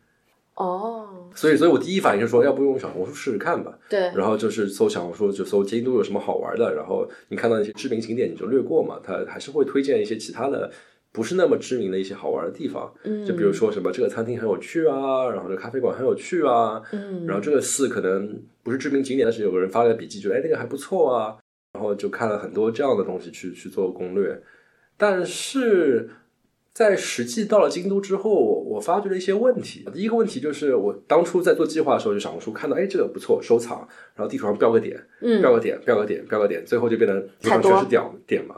Speaker 2: 哦，
Speaker 1: 所以，所以我第一反应是说，要不用小红书试试看吧。
Speaker 2: 对，
Speaker 1: 然后就是搜小红书，就搜京都有什么好玩的。然后你看到一些知名景点，你就略过嘛。它还是会推荐一些其他的不是那么知名的一些好玩的地方，
Speaker 2: 嗯，
Speaker 1: 就比如说什么这个餐厅很有趣啊，然后这个咖啡馆很有趣啊，
Speaker 2: 嗯，
Speaker 1: 然后这个寺可能不是知名景点，但是有个人发了个笔记，觉得哎那个还不错啊，然后就看了很多这样的东西去去做攻略。但是在实际到了京都之后，我我发觉了一些问题。第一个问题就是我当初在做计划的时候，就小红书看到哎这个不错，收藏，然后地图上标个点，
Speaker 2: 嗯
Speaker 1: 标个点，标个点，标个点，最后就变成地方
Speaker 2: 太多
Speaker 1: 全是点点嘛。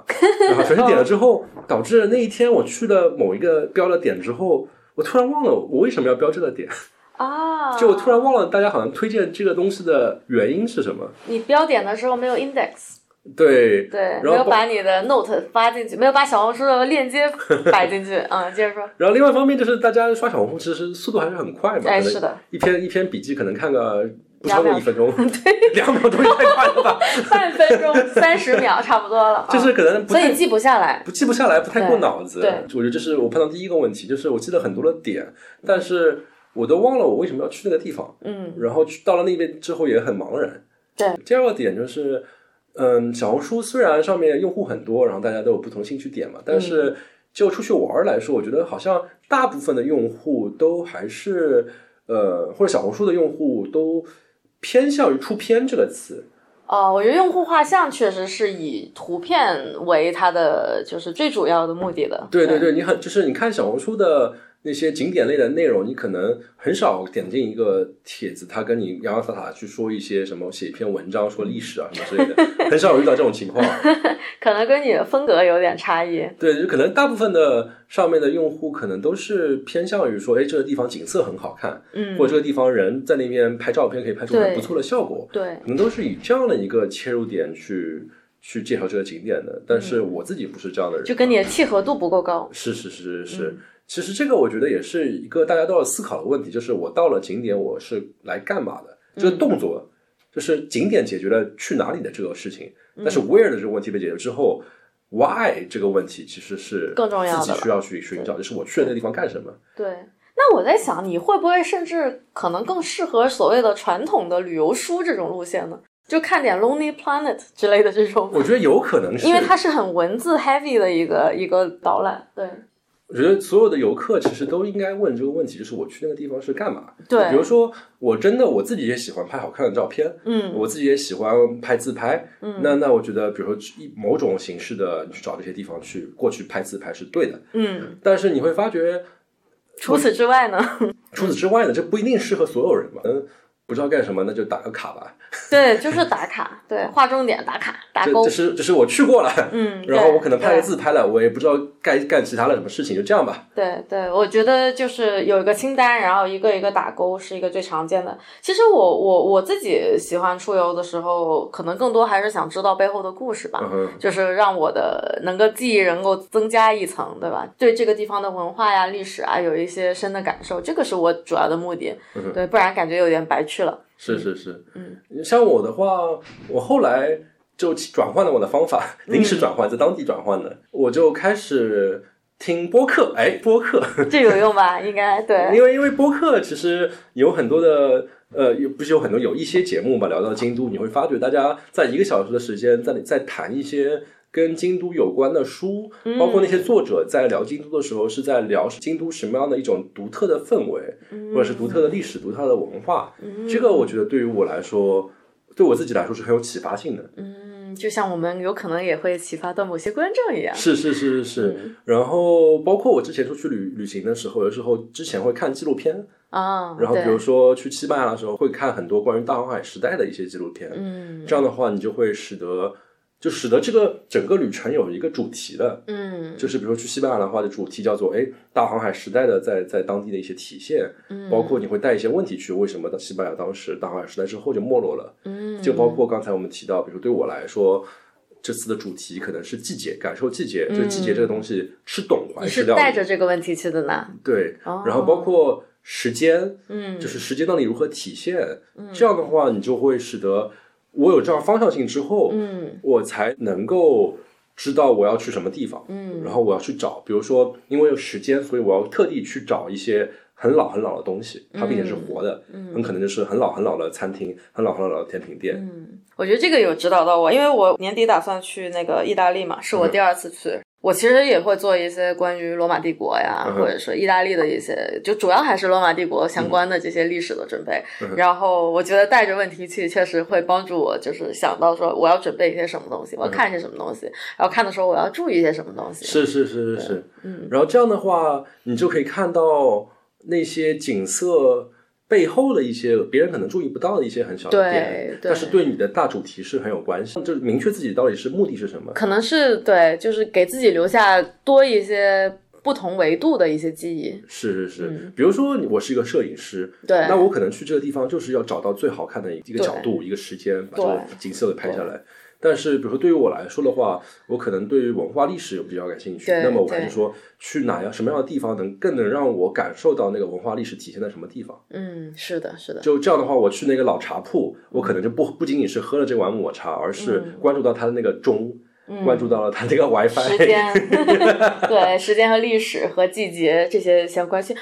Speaker 1: 然后全是点了之后，导致那一天我去了某一个标了点之后，我突然忘了我为什么要标这个点。
Speaker 2: 啊，
Speaker 1: 就我突然忘了大家好像推荐这个东西的原因是什么。
Speaker 2: 你标点的时候没有 index，
Speaker 1: 对，
Speaker 2: 对，
Speaker 1: 然后
Speaker 2: 没有
Speaker 1: 包
Speaker 2: 把你的 note 发进去，没有把小红书的 链接摆进去，嗯，接着说，
Speaker 1: 然后另外一方面就是大家刷小红书其实速度还是很快嘛，
Speaker 2: 哎，
Speaker 1: 可
Speaker 2: 是
Speaker 1: 能
Speaker 2: 的，
Speaker 1: 一篇一篇笔记可能看个不超过
Speaker 2: 两秒
Speaker 1: 一分 钟，对，两秒钟也太快了吧？
Speaker 2: 半分 钟三十秒差不多了，啊
Speaker 1: 就是可能不
Speaker 2: 所
Speaker 1: 太
Speaker 2: 以记不下来，
Speaker 1: 不记不下来，不太过脑子。
Speaker 2: 对对
Speaker 1: 我觉得这是我碰到第一个问题，就是我记得很多的点，但是我都忘了我为什么要去那个地方。
Speaker 2: 嗯
Speaker 1: 然后去到了那边之后也很茫然。
Speaker 2: 对，
Speaker 1: 第二个点就是，嗯，小红书虽然上面用户很多，然后大家都有不同兴趣点嘛，但是就出去玩儿来说，我觉得好像大部分的用户都还是呃，或者小红书的用户都偏向于出片这个词。
Speaker 2: 哦，我觉得用户画像确实是以图片为它的就是最主要的目的的，
Speaker 1: 对对，对，你很就是你看小红书的那些景点类的内容，你可能很少点进一个帖子，他跟你洋洋洒洒去说一些什么，写一篇文章说历史啊什么之类的，很少有遇到这种情况。
Speaker 2: 可能跟你的风格有点差异，
Speaker 1: 对，就可能大部分的上面的用户可能都是偏向于说，哎，这个地方景色很好看，
Speaker 2: 嗯
Speaker 1: 或，者这个地方人在那边拍照片可以拍出很
Speaker 2: 对
Speaker 1: 不错的效果，
Speaker 2: 对，
Speaker 1: 可能都是以这样的一个切入点去去介绍这个景点的。但是我自己不是这样的人，
Speaker 2: 嗯就跟你的契合度不够高，
Speaker 1: 是是是是是。
Speaker 2: 嗯
Speaker 1: 其实这个我觉得也是一个大家都要思考的问题，就是我到了景点我是来干嘛的？这个
Speaker 2: 嗯
Speaker 1: 动作就是景点解决了去哪里的这个事情，
Speaker 2: 嗯
Speaker 1: 但是 where 的这个问题被解决之后，why 这个问题其实是
Speaker 2: 更重要的
Speaker 1: 自己需要去寻找，就是我去了那个地方干什么？
Speaker 2: 对，那我在想，你会不会甚至可能更适合所谓的传统的旅游书这种路线呢？就看点 Lonely Planet 之类的这 种，
Speaker 1: 我觉得有可能是，
Speaker 2: 因为它是很文字 heavy 的一个一个导览。对
Speaker 1: 我觉得所有的游客其实都应该问这个问题，就是我去那个地方是干嘛？
Speaker 2: 对，
Speaker 1: 比如说我真的我自己也喜欢拍好看的照片，
Speaker 2: 嗯
Speaker 1: 我自己也喜欢拍自拍，
Speaker 2: 嗯
Speaker 1: 那那我觉得，比如说一某种形式的，你去找这些地方去过去拍自拍是对的，
Speaker 2: 嗯，
Speaker 1: 但是你会发觉，
Speaker 2: 除此之外呢？
Speaker 1: 除此之外呢，这不一定适合所有人吧？嗯，不知道干什么，那就打个卡吧。
Speaker 2: 对，就是打卡，对，划重点打卡打
Speaker 1: 这
Speaker 2: 勾
Speaker 1: 这。是这是我去过了，
Speaker 2: 嗯，
Speaker 1: 然后
Speaker 2: 对
Speaker 1: 我可能拍
Speaker 2: 对
Speaker 1: 个自拍了，我也不知道该干其他的什么事情，就这样吧。
Speaker 2: 对对，我觉得就是有一个清单，然后一个一个打勾是一个最常见的。其实我我我自己喜欢出游的时候，可能更多还是想知道背后的故事吧。
Speaker 1: 嗯哼，
Speaker 2: 就是让我的能够记忆能够增加一层，对吧？对这个地方的文化呀、历史啊有一些深的感受，这个是我主要的目的
Speaker 1: 嗯哼。
Speaker 2: 对，不然感觉有点白去了。
Speaker 1: 是是是，
Speaker 2: 嗯，
Speaker 1: 像我的话，我后来就转换了我的方法，临时转
Speaker 2: 嗯
Speaker 1: 换，在当地转换的，我就开始听播客，哎，播客。
Speaker 2: 这有用吧？ 应该对。
Speaker 1: 因为因为播客其实有很多的呃，有不是有很多有一些节目吧，聊到京都，你会发觉大家在一个小时的时间在里在谈一些。跟京都有关的书，包括那些作者在聊京都的时候，是在聊京都什么样的一种独特的氛围，或者是独特的历史、独特的文化。这个我觉得对于我来说，对我自己来说是很有启发性的。
Speaker 2: 嗯，就像我们有可能也会启发到某些观众一样。
Speaker 1: 是是是是是。然后包括我之前出去旅旅行的时候，有时候之前会看纪录片。
Speaker 2: 啊，
Speaker 1: 然后比如
Speaker 2: 对
Speaker 1: 说去西班牙的时候，会看很多关于大航海时代的一些纪录片。
Speaker 2: 嗯
Speaker 1: 这样的话，你就会使得就使得这个整个旅程有一个主题的，
Speaker 2: 嗯
Speaker 1: 就是比如说去西班牙的话，的主题叫做哎大航海时代的在在当地的一些体现，
Speaker 2: 嗯
Speaker 1: 包括你会带一些问题去，为什么到西班牙当时大航海时代之后就没落了？
Speaker 2: 嗯，
Speaker 1: 就包括刚才我们提到，比如对我来说。这次的主题可能是季节，感受季节，就是季节这个东西，吃懂还
Speaker 2: 嗯你
Speaker 1: 是
Speaker 2: 是
Speaker 1: 料理？
Speaker 2: 带着这个问题去的呢。
Speaker 1: 对，
Speaker 2: 哦
Speaker 1: 然后包括时间，
Speaker 2: 嗯，
Speaker 1: 就是时间到底如何体现。这样的话，你就会使得我有这样方向性之后，
Speaker 2: 嗯
Speaker 1: 我才能够知道我要去什么地方，
Speaker 2: 嗯
Speaker 1: 然后我要去找，比如说因为有时间，所以我要特地去找一些。很老很老的东西，
Speaker 2: 嗯
Speaker 1: 它并且是活的，很可能就是很老很老的餐厅，很老很老的甜品店。
Speaker 2: 我觉得这个有指导到我，因为我年底打算去那个意大利嘛，是我
Speaker 1: 嗯
Speaker 2: 第二次去。我其实也会做一些关于罗马帝国呀，
Speaker 1: 嗯哼嗯
Speaker 2: 或者说意大利的一些，就主要还是罗马帝国相关的这些历史的准备。然后我觉得带着问题去，确实会帮助我，就是想到说我要准备一些什么东西，我要看一些什么东西，然后看的时候我要注意一些什么东
Speaker 1: 嗯
Speaker 2: 西。
Speaker 1: 是是是是是，
Speaker 2: 嗯，
Speaker 1: 然后这样的话，你就可以看到那些景色背后的一些别人可能注意不到的一些很小的
Speaker 2: 对
Speaker 1: 点
Speaker 2: 对，
Speaker 1: 但是对你的大主题是很有关系，就是明确自己到底是目的是什么。
Speaker 2: 可能是对，就是给自己留下多一些不同维度的一些记忆。
Speaker 1: 是是是，
Speaker 2: 嗯
Speaker 1: 比如说我是一个摄影师，
Speaker 2: 对，
Speaker 1: 那我可能去这个地方就是要找到最好看的一个角度、一个时间，把这个景色给拍下来。但是，比如说对于我来说的话，我可能对于文化历史比较感兴趣，
Speaker 2: 对
Speaker 1: 那么我还是
Speaker 2: 对
Speaker 1: 说去哪样什么样的地方能更能让我感受到那个文化历史体现在什么地方。
Speaker 2: 嗯，是的，是的，
Speaker 1: 就这样的话，我去那个老茶铺，我可能就不不仅仅是喝了这碗抹茶，而是关注到它的那个钟，关注到了它那个 WiFi。
Speaker 2: 嗯时间， 对时间和历史和季节这些相关性。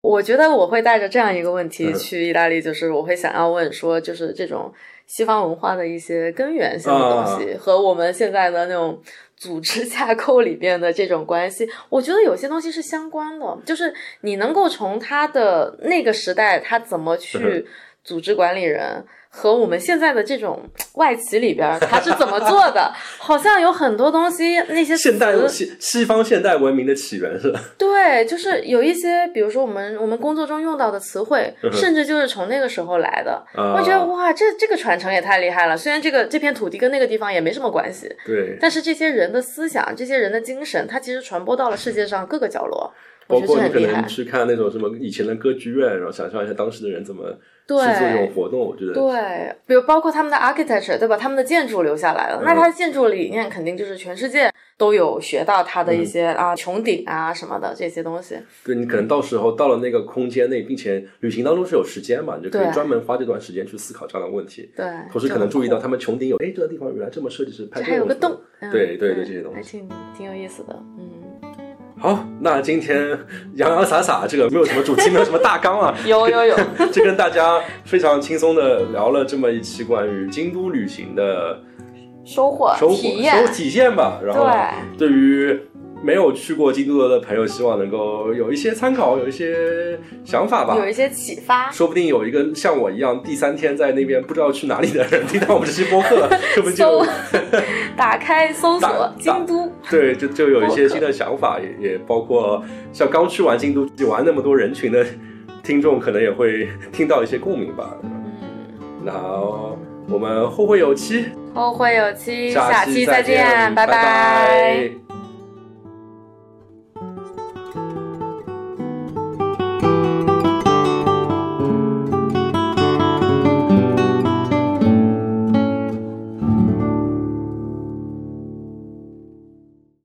Speaker 2: 我觉得我会带着这样一个问题
Speaker 1: 嗯
Speaker 2: 去意大利，就是我会想要问说，就是这种西方文化的一些根源性的
Speaker 1: 啊
Speaker 2: 东西、和我们现在的那种组织架构里边的这种关系，我觉得有些东西是相关的，就是你能够从他的那个时代他怎么
Speaker 1: 嗯
Speaker 2: 去组织管理人。和我们现在的这种外企里边，他是怎么做的？好像有很多东西，那些
Speaker 1: 现代
Speaker 2: 词
Speaker 1: 西西方现代文明的起源是吧？
Speaker 2: 对，就是有一些，比如说我们我们工作中用到的词汇，甚至就是从那个时候来的。
Speaker 1: 嗯啊
Speaker 2: 我觉得哇，这这个传承也太厉害了。虽然这个这片土地跟那个地方也没什么关系，
Speaker 1: 对，
Speaker 2: 但是这些人的思想、这些人的精神，它其实传播到了世界上各个角落。我
Speaker 1: 包
Speaker 2: 觉得这
Speaker 1: 括你
Speaker 2: 很
Speaker 1: 可
Speaker 2: 厉害
Speaker 1: 能。去看那种什么以前的歌剧院，然后想象一下当时的人怎么去做这种
Speaker 2: 对
Speaker 1: 活动，我觉得
Speaker 2: 对，比如包括他们的 architecture，对吧？他们的建筑留下来
Speaker 1: 嗯
Speaker 2: 了，那它的建筑理念肯定就是全世界都有学到它的一些、
Speaker 1: 嗯
Speaker 2: 啊穹顶啊什么的这些东西。
Speaker 1: 对你可能到时候到了那个空间内，并且旅行当中是有时间嘛，你就可以
Speaker 2: 对
Speaker 1: 专门花这段时间去思考这样的问题。
Speaker 2: 对，
Speaker 1: 同时可
Speaker 2: 就
Speaker 1: 能
Speaker 2: 很
Speaker 1: 注意
Speaker 2: 酷
Speaker 1: 到他们穹顶有，哎，这个地方原来这么设计是拍
Speaker 2: 这
Speaker 1: 这
Speaker 2: 还有
Speaker 1: 种
Speaker 2: 个
Speaker 1: 什么
Speaker 2: 洞，嗯
Speaker 1: 对对对
Speaker 2: 嗯
Speaker 1: 这些东西
Speaker 2: 还挺挺有意思的，嗯，
Speaker 1: 好，那今天 洋洋洒洒，这个没有什么主题，没有什么大纲啊，
Speaker 2: 有有有，
Speaker 1: 就跟大家非常轻松的聊了这么一期关于京都旅行的
Speaker 2: 收获
Speaker 1: 收获、
Speaker 2: 体验
Speaker 1: 收，体验吧。然后对于没有去过京都的朋友，希望能够有一些参考，有一些想法吧。
Speaker 2: 有一些启发。
Speaker 1: 说不定有一个像我一样第三天在那边不知道去哪里的人听到我们这期播 客，说不定就
Speaker 2: 搜，打开搜
Speaker 1: 打
Speaker 2: 索
Speaker 1: 打
Speaker 2: 京都，
Speaker 1: 对，就就有一些新的想法，也也包括像刚去完京都玩那么多人群的听众，可能也会听到一些共鸣吧。
Speaker 2: 嗯，
Speaker 1: 那我们后会有期，
Speaker 2: 后会有期，
Speaker 1: 下
Speaker 2: 下
Speaker 1: 期
Speaker 2: 再
Speaker 1: 见，
Speaker 2: 拜
Speaker 1: 拜